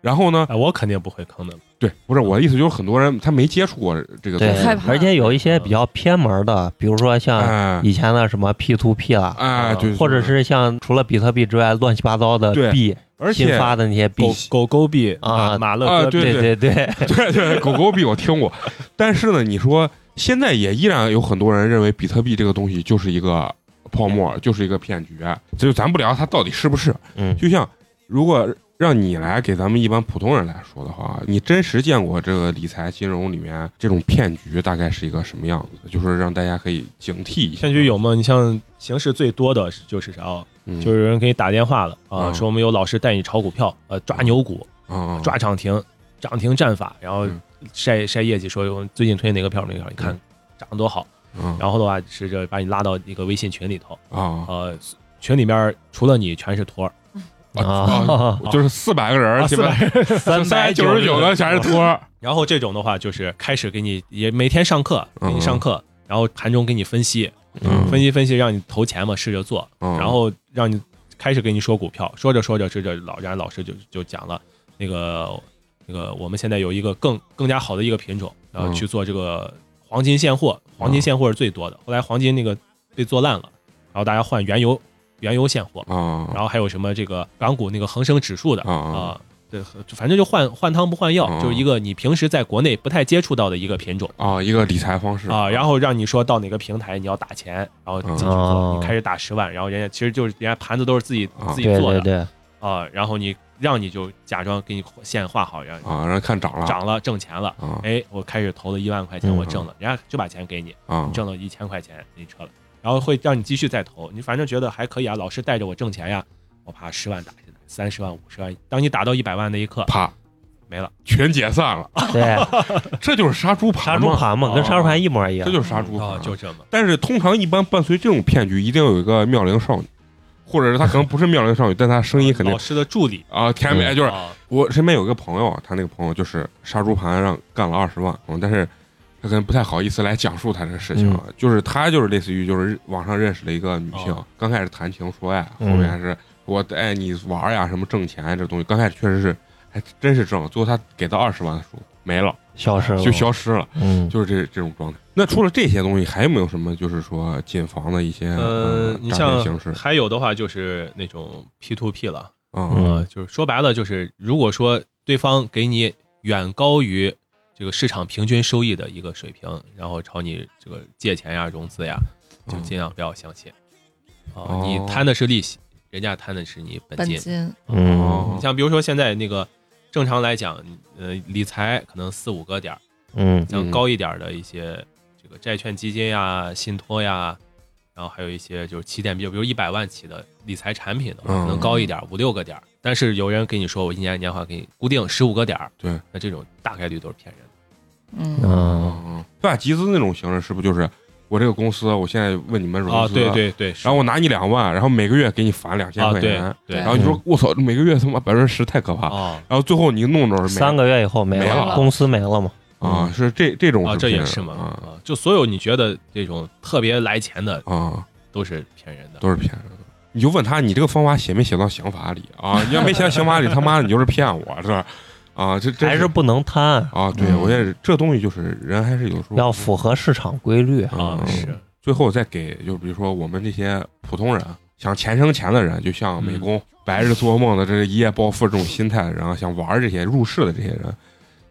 然后呢，
哎，我肯定不会坑的。
对，不是我的意思，就是很多人他没接触过这个东
对
西，
害怕，
而且有一些比较偏门的，比如说像
哎
以前的什么 P to P 啦，
哎，对，
或者是像除了比特币之外乱七八糟的
对
币，
而
新
且
发的那些币
狗，狗狗币
啊
马
啊
勒哥币
对
对对，
[LAUGHS] 对对，狗狗币我听过，但是呢，你说现在也依然有很多人认为比特币这个东西就是一个泡沫，就是一个骗局。这就咱不聊它到底是不是，
嗯，
就像如果让你来给咱们一般普通人来说的话，你真实见过这个理财金融里面这种骗局大概是一个什么样子的？就是让大家可以警惕一下。
骗局有吗？你像形式最多的就是啥啊？
嗯，
就是有人给你打电话了啊，
嗯
说我们有老师带你炒股票，呃，抓牛股，
啊，
抓涨停，涨停战法，然后
嗯
晒晒业绩，说我最近推哪个票哪个票，你看涨得多好。
嗯
然后的话是这把你拉到一个微信群里头，
啊
呃，群里面除了你全是托儿，啊
啊
啊，
就是四百个人，基
四
本
百
三
三百九十九个全是托儿，
嗯然后这种的话，就是开始给你也每天上课，给你上课，然后盘中给你分析，
嗯
分析分析，让你投钱嘛，试着做，
嗯
然后让你开始给你说股票，说着说着，这这老家老师就就讲了那个那个我们现在有一个更更加好的一个品种，然后
嗯
去做这个黄金现货，黄金现货是最多的，后来黄金那个被做烂了，然后大家换原油原油现货，
啊，
然后还有什么这个港股那个恒生指数的
啊
啊，对，反正就换换汤不换药，
啊
就是一个你平时在国内不太接触到的一个品种
啊，一个理财方式
啊。然后让你说到哪个平台你要打钱，然后进去做，
啊
你开始打十万，然后人家其实就是人家盘子都是自己
啊
自己
对
做
对
的
对，
啊，然后你让你就假装给你线画好，然后
啊，然后看涨了
涨了挣钱了。
啊
哎，我开始投了一万块钱，
嗯
我挣了，人家就把钱给你，
啊
你挣了一千块钱，你撤了，然后会让你继续再投，你反正觉得还可以啊，老师带着我挣钱呀，我把十万打进来，三十万、五十万，当你打到一百万那一刻，
啪
没了，
全解散
啊
了，
对，
这就是杀猪盘
杀猪
嘛，
盘嘛，跟杀猪盘一模一样
这。就是杀猪
啊，
盘，
就这么，
但是通常一般伴随这种骗局，一定有一个妙龄少女，或者是她可能不是妙龄少女，但她声音肯定
啊哦老师的助理，
啊甜美，
嗯
哎就是
啊
我身边有一个朋友，他那个朋友就是杀猪盘让干了二十万，嗯，但是他可能不太好意思来讲述他这个事情啊，就是他就是类似于就是网上认识了一个女性，
哦
刚开始谈情说爱，后
嗯
面还是我带你玩呀，什么挣钱呀这东西，刚开始确实是还真是挣，最后他给到二十万的时候没了，
消失了，
就消失了，
嗯，
就是这这种状态。那除了这些东西，还有没有什么就是说谨防的一些
呃，
嗯
你
诈骗
像
形式
还有的话就是那种 P to P 了，
啊
嗯
呃，就是说白了就是，如果说对方给你远高于这个市场平均收益的一个水平，然后朝你这个借钱呀、融资呀，就
嗯
尽量不要相信。啊
哦，
你贪的是利息，人家贪的是你本
本
金。
金
嗯
哦
你像比如说现在那个正常来讲，呃，理财可能四五个点儿，
嗯
像
嗯
高一点儿的一些这个债券基金呀、信托呀，然后还有一些就是起点比较，比如一百万起的理财产品的话，可
嗯
能高一点儿，五六个点儿。但是有人跟你说我一年年化给你固定十五个点儿，
对，
那这种大概率都是骗人的。
嗯，
嗯，
嗯，对吧？集资那种形式是不是就是我这个公司，我现在问你们融资
啊，对对对，是
然后我拿你两万，然后每个月给你返两千
啊，
块
对
钱，
对
然后你说我操，每个月他妈百分之十太可怕，
啊
然后最后你弄着是没
三个月以后没
没
了
公司没了嘛。
啊，是这这种
啊，这也
骗
是嘛
人啊
啊，就所有你觉得这种特别来钱的
啊，
都是骗人的。
都是骗人的。你就问他，你这个方法写没写到刑法里啊？你要没写到刑法里，他妈的你就是骗我是吧？啊，这这
还是不能贪，
啊，对
嗯
我也是，这东西就是人还是有时候
要符合市场规律。
啊，
嗯
是
最后再给，就比如说我们这些普通人想钱生钱的人，就像
嗯
美工、白日做梦的这一夜暴富这种心态的人啊，想玩这些入市的这些人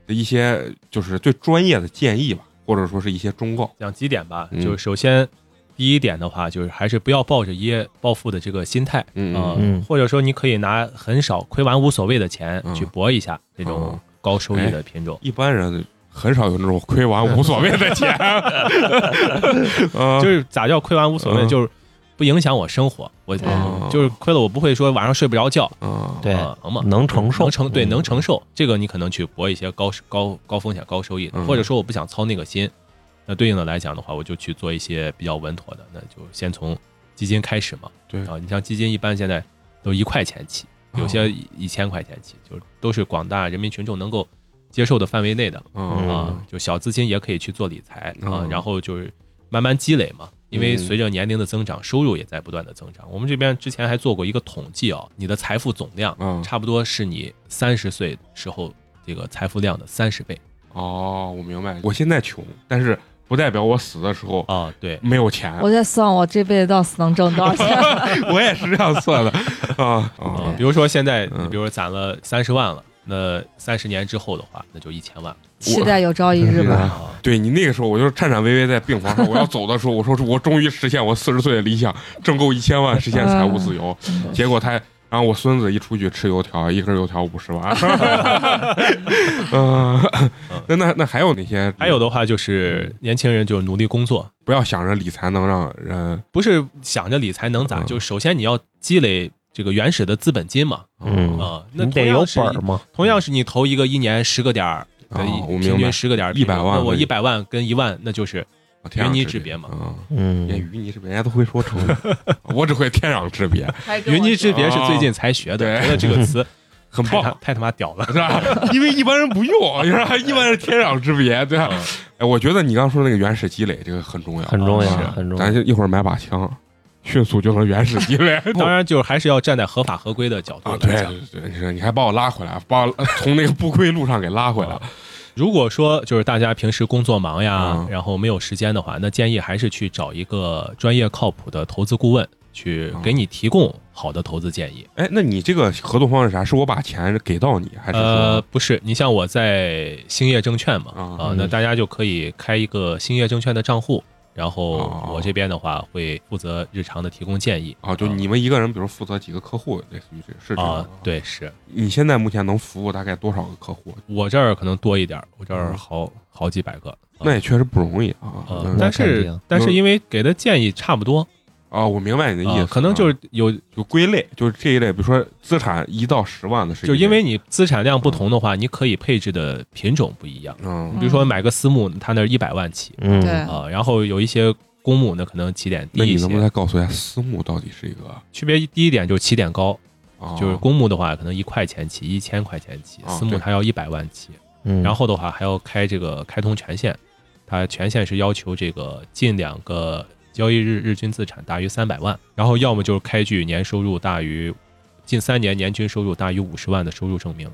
的一些就是最专业的建议吧，或者说是一些忠告。
讲几点吧，
嗯
就是首先第一点的话，就是还是不要抱着一夜暴富的这个心态，
嗯
啊
嗯
或者说你可以拿很少亏完无所谓的钱
嗯
去搏一下这种
嗯
高收益的品种。
一般人很少有那种亏完无所谓的
[LAUGHS]
钱，啊，
就是咋叫亏完无所谓，
嗯
就是不影响我生活，我
嗯
就是亏了我不会说晚上睡不着觉，
啊，
对，
啊能吗？
能承受，
能承对
嗯
能承受，这个你可能去搏一些高高高风险高收益的，
嗯
或者说我不想操那个心，那对应的来讲的话，我就去做一些比较稳妥的，那就先从基金开始嘛。
对
啊，你像基金一般现在都一块钱起，有
哦
些一一千块钱起，就是都是广大人民群众能够接受的范围内的
嗯
啊，就小资金也可以去做理财啊
嗯，
然后就是慢慢积累嘛。因为
嗯
随着年龄的增长，收入也在不断的增长。我们这边之前还做过一个统计啊，你的财富总量
嗯
差不多是你三十岁时候这个财富量的三十倍
哦，我明白。我现在穷，但是不代表我死的时候
啊，对，
没有钱，
我在算我这辈子到死能挣多少钱。 [LAUGHS]
我也是这样算的啊
啊
啊，
比如说现在
嗯
你比如说攒了三十万了，那三十年之后的话，那就一千万
期待有朝一日
我
吧。
啊，
对你那个时候，我就是颤颤巍巍在病房上，我要走的时候，我说是我终于实现我四十岁的理想，挣够一千万，实现财务自由。
嗯
结果他，然后我孙子一出去吃油条，一根油条五十
[LAUGHS]
万。嗯，那那那还有那些，
还有的话就是
嗯
年轻人就是努力工作，
不要想着理财能让人
不是想着理财能咋，
嗯
就是首先你要积累这个原始的资本金嘛
嗯
啊，那
你得
同
有
样是
本儿嘛。
同样是你投一个一年十个点儿
啊
对，
我明
平
白
均，十个点儿
100
平均
万
那我
那就
一百万跟一万，那就是
啊天壤
云泥
之
之别嘛
啊，连
嗯，
鱼泥之别，人家都会说成
[LAUGHS]
语，我只会天壤之别，
云泥之别是最近才学
哦
的，觉得这个词
很
太
[LAUGHS]
他
棒，
太他妈屌了。
是吧？因为一般人不用，是
[LAUGHS]
吧？一般是天壤之别，对
嗯
吧？哎，我觉得你刚说那个原始积累这个很重要，
很重要
是，
很重
咱
要。
就一会儿买把枪，迅速就能原始积累。
[LAUGHS] 当然，就是还是要站在合法合规的角度
啊，对
来讲。
对对，你说你还把我拉回来，把我呃从那个不归路上给拉回来。
嗯如果说就是大家平时工作忙呀，
嗯
然后没有时间的话，那建议还是去找一个专业靠谱的投资顾问，去
嗯
给你提供好的投资建议。
哎，那你这个合作方式啥？是我把钱给到你，还是
呃
说，
不是，你像我在兴业证券嘛，
啊
啊、那
嗯
大家就可以开一个兴业证券的账户，然后
哦
我这边的话会负责日常的提供建议。
啊？就你们一个人，比如负责几个客户，类似于这个是这样
啊
的。，
对，是
你现在目前能服务大概多少个客户？
我这儿可能多一点儿，我这儿好好几百个。啊
嗯那也确实不容易啊。
呃
嗯
但
肯
是
定
但是因为给的建议差不多，
啊，我明白你的意思，
啊可能
啊
就是有
就归类，就是这一类，比如说资产一到十万的是一
就
类，
因为你资产量不同的话，你可以配置的品种不一样。
嗯
你比如说买个私募，它那一百万起
嗯，
对
啊、然后有一些公募呢，可能起点低
那
一
你能不能
些，
再告诉我一下私募到底是一个？
区别低一点就是起点高，
啊、
就是公募的话可能一块钱起，一千块钱起，
啊
私募
对
它要一百万起，
嗯
然后的话还要开这个开通权限，它权限是要求这个近两个交易日日均资产大于三百万，然后要么就是开具年收入大于近三年年均收入大于五十万的收入证明。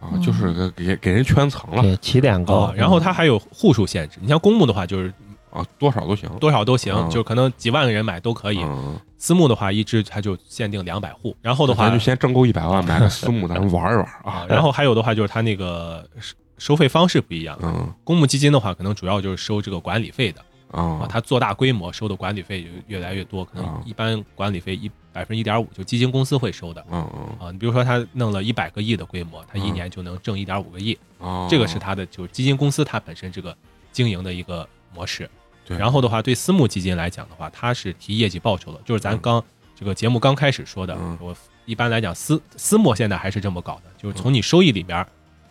啊，就是个给给人圈层了
对起点高嗯
啊，，然后它还有户数限制。你像公募的话，就是
啊，多少都行，
多少都行，
嗯
就是可能几万个人买都可
可
以。
嗯、
私募的话，一支它就限定两百户。然后的
咱
话
就先挣够一百万买个私募，咱们玩一玩
啊
啊，。
然后还有的话就是它那个收收费方式不一样。
嗯
公募基金的话，可能主要就是收这个管理费的啊
啊，，
它做大规模收的管理费就越来越多，可
啊
能一般管理费一百分之一点五就基金公司会收的。
嗯
啊，你比如说他弄了一百个亿的规模，他一
嗯
年就能挣一点五个亿，
嗯
哦
啊，
这个是它的就是基金公司它本身这个经营的一个模式。
对
然后的话，对私募基金来讲的话，它是提业绩报酬的，就是咱
嗯
刚这个节目刚开始说的
嗯，
我一般来讲私私募现在还是这么搞的，就是从你收益里边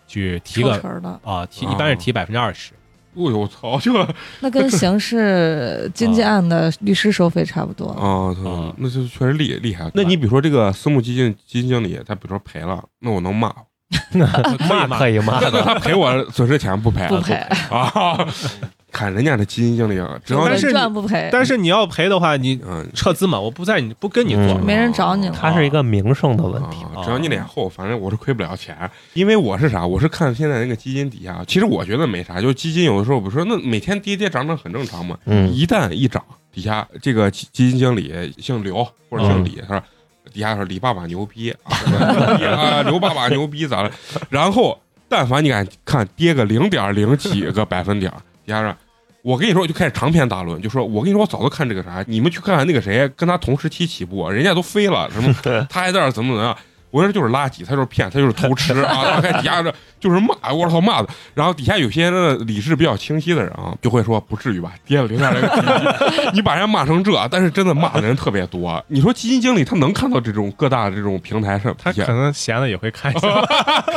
去提
抽
个
成的，
啊提，
哦
啊
一般是提百分之二十。
哦呦我操，这 [LAUGHS] 个
那跟刑事经济案的律师收费差不多。
啊，操
啊
那就确实厉厉害。那你比如说这个私募基金基金经理，他比如说赔了，那我能骂 [LAUGHS] 我？
嗯 [LAUGHS] 骂哦可以
[LAUGHS]
骂，
那他赔我损失钱不赔啊？
不赔，
[LAUGHS] 啊？看人家这基金经理，
[LAUGHS]
啊，只要
但
你
是你
赚不赔，
但是你要赔的话，你
嗯
撤资嘛，我不在你不跟你做
嗯
没人找你了。
它是一个名声的问题。
啊，只要你脸厚，反正我是亏不了钱。因为我是啥？我是看现在那个基金底下，其实我觉得没啥，就是基金有的时候，比如说那每天跌跌涨涨很正常嘛。
嗯
一旦一涨，底下这个基基金经理姓刘或者
嗯
姓李，他说底下说李爸爸牛逼啊 [LAUGHS] 啊，刘爸爸牛逼咋了？然后但凡你敢看跌个零点零几个百分点儿，底下说。我跟你说，就开始长篇大论，就说我跟你说，我早都看这个啥，你们去看看那个谁，跟他同时期起步，人家都飞了，什么他还在那儿怎么怎么样，我说就是垃圾，他就是骗，他就是偷吃啊！他看底下这就是骂，我操骂的。然后底下有些人的理智比较清晰的人啊，就会说不至于吧，跌了零点零几，你把人家骂成这，但是真的骂的人特别多。你说基金经理他能看到这种各大这种平台上，
他
底下
可能闲了也会看一
哦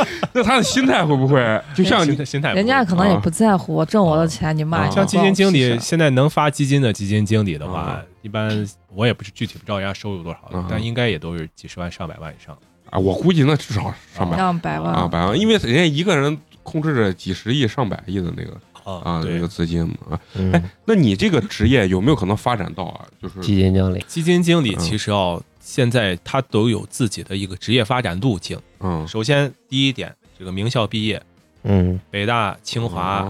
下，
那他的心态会不会就像
[LAUGHS]
你
心心态不一样。
人家可能也不在乎，我挣我的钱，你骂
啊
你。
像基金经理
是
现在能发基金的基金经理的话，
嗯
一般我也不是具体不知道人家收入多少，
嗯
但应该也都是几十万上百万以上。
啊？我估计那至少上百
让百万
啊百万，因为人家一个人控制着几十亿、上百亿的那个啊那
对
个，资金嘛啊。
嗯，
那你这个职业有没有可能发展到啊？就是
基金经理，
基金经理其实哦，现在他都有自己的一个职业发展路径。
嗯，
首先第一点，这个名校毕业，
嗯
北大、清华、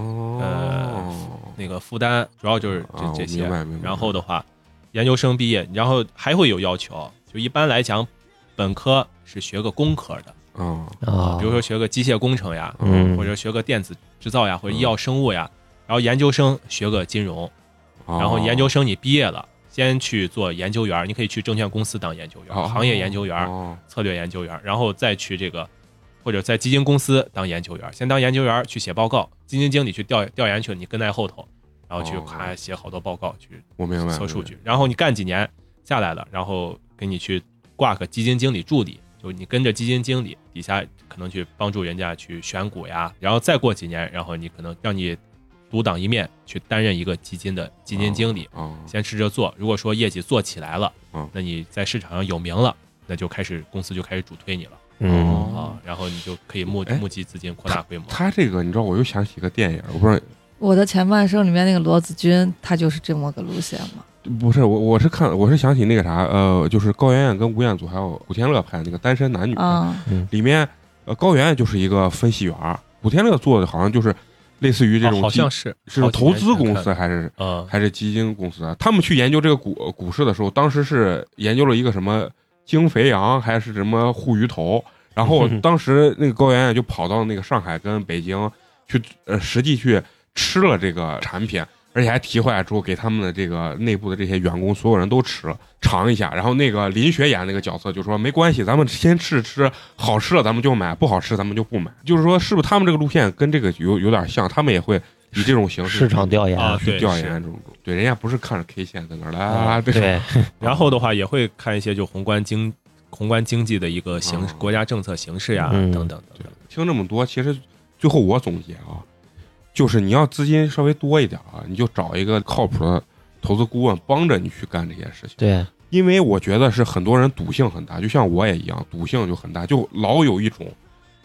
哦
那个复旦，主要就是
啊
这
我
这些
明白明。白
然后的话，研究生毕业，然后还会有要求，就一般来讲，本科是学个工科的，
啊
啊，
比如说学个机械工程呀，
嗯
或者学个电子制造呀，或
嗯
者医药生物呀，然后研究生学个金融，
哦
然后研究生你毕业了，先去做研究员，你可以去证券公司当研究员、
哦
行业研究员、
哦
策略研究员，然后再去这个或者在基金公司当研究员，先当研究员去写报告，基金经理去调调研去，你跟在后头，然后去
哦
看写好多报告去
我明白
测数据，然后你干几年下来了，然后给你去挂个基金经理助理，就是你跟着基金经理底下可能去帮助人家去选股呀，然后再过几年，然后你可能让你独当一面去担任一个基金的基金经理，
啊，
先试着做。如果说业绩做起来了
嗯，
那你在市场上有名了，那就开始公司就开始主推你了
嗯，
啊，然后你就可以募
哦哎
募集资金扩大规模。
他这个你知道，我又想起一个电影，我不知道，
我的前半生里面那个罗子君，她就是这么个路线嘛。
不是我，我是看，我是想起那个啥，呃，就是高圆圆跟吴彦祖还有古天乐拍的那个《单身男女》
啊，
里面，呃，高圆圆就是一个分析员儿，古天乐做的好像就是类似于这种
哦好
基、
像是
是投资公司，啊还是
嗯，
还是基金公司啊？他们去研究这个股股市的时候，当时是研究了一个什么京肥羊还是什么沪鱼头，然
[LAUGHS]
后当时那个高圆圆就跑到那个上海跟北京去，呃，实际去吃了这个产品，而且还提回来之后给他们的这个内部的这些员工所有人都吃了尝一下，然后那个林雪演那个角色就说没关系，咱们先试吃，好吃了咱们就买，不好吃咱们就不买，就是说是不是他们这个路线跟这个有有点像，他们也会。以这种形式
市场调研，
啊
去
对
调
是
研这种，对，人家不是看着 K 线在那儿啦，
啊
这
对，
然后的话也会看一些就宏观经宏观经济的一个形
啊
国家政策形势呀
嗯
等等等等。
听这么多，其实最后我总结啊，就是你要资金稍微多一点啊，你就找一个靠谱的投资顾问帮着你去干这些事情。
对，
因为我觉得是很多人赌性很大，就像我也一样，赌性就很大，就老有一种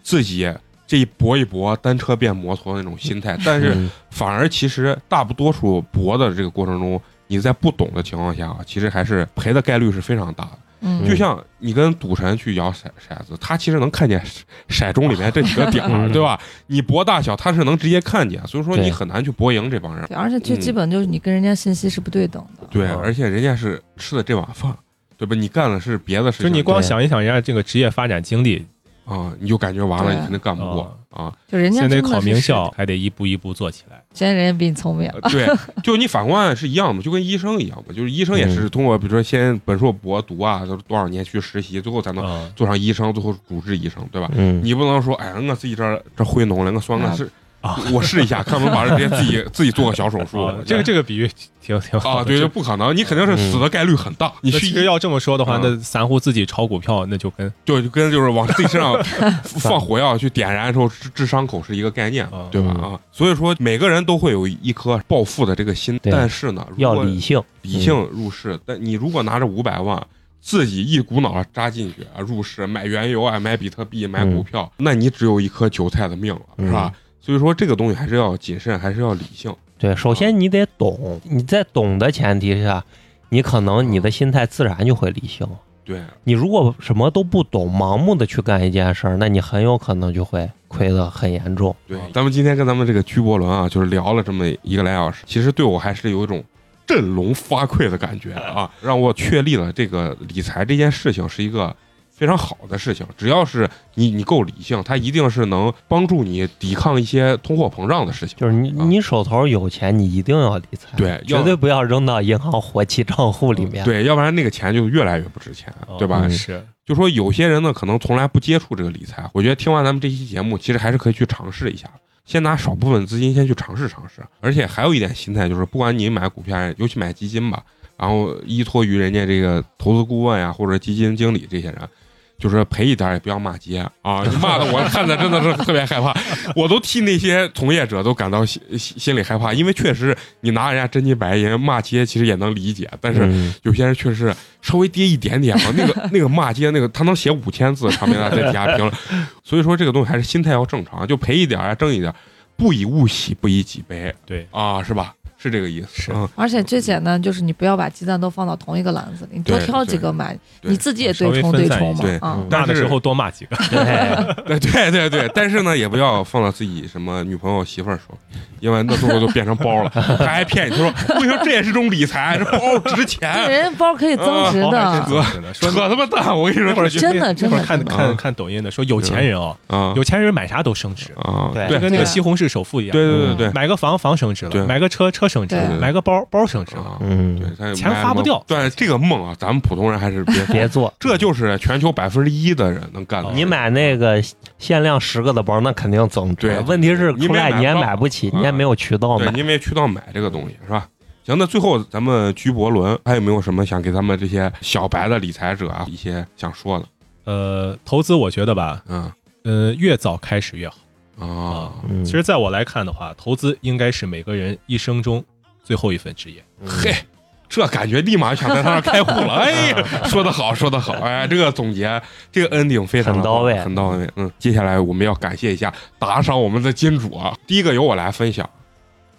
自己这一搏一搏，单车变摩托的那种心态。但是
嗯
反而其实大不多数搏的这个过程中，你在不懂的情况下啊，其实还是赔的概率是非常大的。
嗯
就像你跟赌神去摇骰骰子，他其实能看见骰骰盅里面这几个点儿，
嗯
对吧？你博大小，他是能直接看见，所以说
对
你很难去博赢这帮人。
对，而且最基本就是你跟人家信息是不对等的。
对，
嗯
而且人家是吃的这碗饭，对吧？你干的是别的事
就
情，
你光
对
想一想人家这个职业发展经历，
啊，你就感觉完了，
对
你肯定干不过啊。
就人家
先得
真的
考
是
名校，，还得一步一步做起来。
现在人家比你聪明。
哦
呃对，就你反观是一样嘛，就跟医生一样嘛，就是医生也
嗯
是通过比如说先本硕博读啊，都是多少年去实习，最后才能
嗯，
做上医生，最后主治医生，对吧？
嗯，
你不能说，哎，我自己这儿这儿灰脓了，我算我
啊
是
啊，
我试一下，看能把这直接自
[LAUGHS]
己自己做个小手术
啊。这个这个比喻挺挺好
啊，
的。
对，
这
这不可能，你肯定是死的概率很大。你
那
去
其实要这么说的话
嗯，
那散户自己炒股票，那就跟
就就跟就是往自己身
[LAUGHS]
上放火药去点燃的时候治治伤口是一个概念
啊，
对吧？
嗯
啊，所以说每个人都会有一颗暴富的这个心，
对
但是呢，如
要
果
理性，
理性入市，但你如果拿着五百万。自己一股脑儿扎进去啊，入市买原油啊，买比特币，买
嗯
股票，那你只有一颗韭菜的命了，是吧？所以说这个东西还是要谨慎，还是要理性。
对，首先你得懂，你在懂的前提下，你可能你的心态自然就会理性。
对，
你如果什么都不懂，盲目的去干一件事儿，那你很有可能就会亏得很严重。
对，咱们今天跟咱们这个居伯伦啊，就是聊了这么一个来小时，其实对我还是有一种振聋发聩的感觉啊，让我确立了这个理财这件事情是一个非常好的事情。只要是你你够理性，它一定是能帮助你抵抗一些通货膨胀的事情。
就是你，
啊
你手头有钱，你一定要理财，
对要
绝对不要扔到银行活期账户里面。，
对，要不然那个钱就越来越不值钱，对吧？
嗯
嗯
是，
就说有些人呢，可能从来不接触这个理财。我觉得听完咱们这期节目，其实还是可以去尝试一下，先拿少部分资金先去尝试尝试。而且还有一点心态就是，不管你买股票，尤其买基金吧，然后依托于人家这个投资顾问呀，或者基金经理这些人。就是赔一点儿也不要骂街啊！你骂的我看的真的是特别害怕， [LAUGHS] 我都替那些从业者都感到心心心里害怕，因为确实你拿人家真金白银骂街，其实也能理解，但是
嗯，
有些人确实稍微跌一点点
[LAUGHS]
啊，那个那个骂街那个，他能写五千字长篇大论在底下
[LAUGHS]
评论，所以说这个东西还是心态要正常，就赔一点儿啊，挣一点儿，不以物喜，不以己悲
对，
啊，是吧？是这个意思。
是
嗯
而且最简单就是你不要把鸡蛋都放到同一个篮子里，你多
对
挑
对
几个买，
对
你自己也
稍微
对冲
分
对
散
冲
一
嘛
下对。
啊，
但
骂的
是
时候多骂几个。
对，
[LAUGHS] 对对对对，但是呢，也不要放到自己什么女朋友、媳妇儿手，因为那最后就变成包
[LAUGHS]
了。他还骗你，他说：“为什么这也是种理财？这包值
[LAUGHS]
这
钱，
人家包可以增值
啊好
的，
哥
真的
扯
说
他妈蛋！”我跟你说
那会儿就
真的真的
那会儿看
真
的
看看抖音的嗯说有钱人哦，
啊
有钱人买啥都升值，
啊，
对
就
对
跟那
对
个西红柿首富一样。
对对对对
买个房房升值
对
了，买个车车升值了，
对
买个包包升值了。
啊，对
嗯，，
他也
钱
买
花
什
不
么
掉
对这个梦啊，咱们普通人还是别做
别做。
这就是全球百分之一的人能干的
哦
事。
你买那个限量十个的包，那肯定增值。啊
对
问题是
你
出
没
来
买
你也
包
买不起，
嗯
你也没有渠道
对，
买。
你也没渠道买这个东西是吧？行，那最后咱们居伯伦还有没有什么想给咱们这些小白的理财者啊一些想说的？
呃，投资我觉得吧，
嗯
呃，越早开始越好。
啊，
嗯
其实，在我来看的话，投资应该是每个人一生中最后一份职业。
嘿，这感觉立马想在他那儿开户了。哎， [LAUGHS] 说得好，说得好，哎，这个总结，这个 ending 非常的
很到
好
位
很到位。嗯，接下来我们要感谢一下啊打赏我们的金主啊，第一个由我来分享，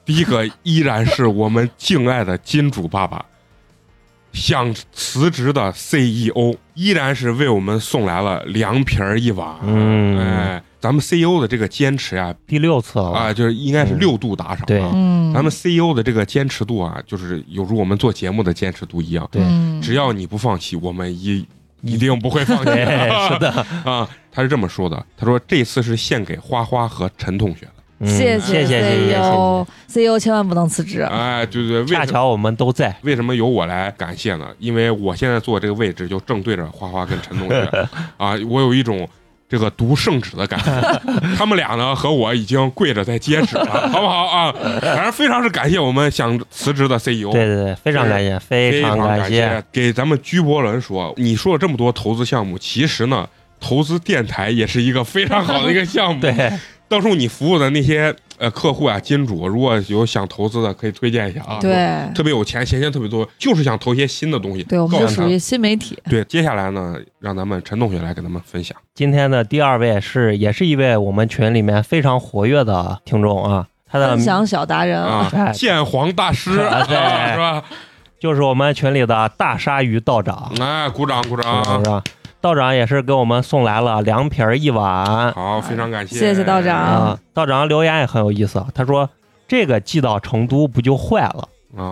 第一个依然是我们敬爱的金主爸爸。想辞职的 CEO 依然是为我们送来了凉皮儿一碗，
嗯
哎，咱们 CEO 的这个坚持呀、
第六次了
啊，就是应该是六度打赏、啊
对
嗯，
咱们 CEO 的这个坚持度啊，就是有如我们做节目的坚持度一样，
对
嗯
只要你不放弃，我们一一定不会放弃。
对，哎是
[LAUGHS]
的，
啊，他是这么说的，他说这次是献给花花和陈同学的，
嗯
谢 E
谢谢谢谢，
CEO，CEO 千万不能辞职。
哎，对对，为
恰
什么
巧我们都在，
为什么由我来感谢呢？因为我现在坐这个位置就正对着花花跟陈同学
[LAUGHS]
啊，我有一种。这个读圣旨的感
[LAUGHS]
觉，他们俩呢和我已经跪着在接旨了，好不好啊？反正非常是感谢我们想辞职的 E CEO，
对对对，非常感谢，非
哦非
常
常
感谢，
谢。给咱们居伯伦说，你说了这么多投资项目，其实呢，投资电台也是一个非常好的一个项 [LAUGHS] 目。
对，
到时候你服务的那些呃客户啊、金主，如果有想投资的，可以推荐一下啊。，
对
特别有钱，闲钱特别多，就是想投一些新的东西。
对，我们
告
就
诉他
属于新媒体。
对。接下来呢，让咱们陈同学来跟咱们分享。
今天的第二位是也是一位我们群里面非常活跃的听众啊，他的
分享小达人，
啊
哎，
鉴黄大师 [LAUGHS] 啊
对
是吧？
就是我们群里的大鲨鱼道长，
哎，鼓掌鼓
是
掌！
吧？道长也是给我们送来了凉皮儿一碗
好，非常感谢，
谢谢道长
啊。道长留言也很有意思，啊，他说这个寄到成都不就坏了？
啊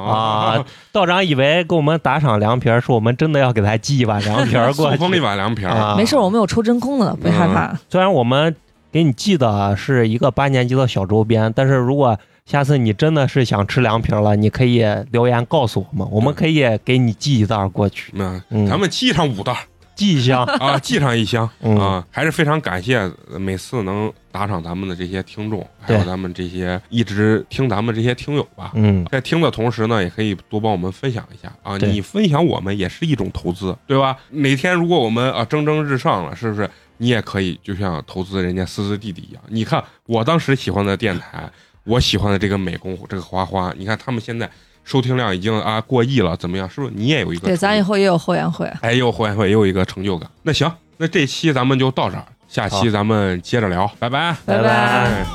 啊！道长以为给我们打赏凉皮儿，是我们真的要给他寄一碗凉皮儿过
送风一
去
碗凉皮儿
啊。
没事，我们有抽真空的，别害
嗯
怕。
虽然我们给你寄的是一个八年级的小周边，但是如果下次你真的是想吃凉皮儿了，你可以留言告诉我们，我们可以给你寄一袋儿过去，
嗯，
嗯
咱们寄上五袋儿
寄一箱。
[LAUGHS] 啊，寄上一箱。
嗯
啊，还是非常感谢每次能打赏咱们的这些听众，还有
对
咱们这些一直听咱们这些听友吧。
嗯，
在听的同时呢，也可以多帮我们分享一下啊！
对
你分享我们也是一种投资，对吧？哪天如果我们啊蒸蒸日上了，是不是你也可以就像投资人家思思弟弟一样？你看我当时喜欢的电台，我喜欢的这个美工，这个花花，你看他们现在收听量已经啊过亿了，怎么样？是不是你也有一个
对，咱
成
以
就
后也有后援会。
哎，又会会又一个成就感。那行，那这期咱们就到这儿，下期
好
咱们接着聊，拜拜。
拜
拜
拜
哎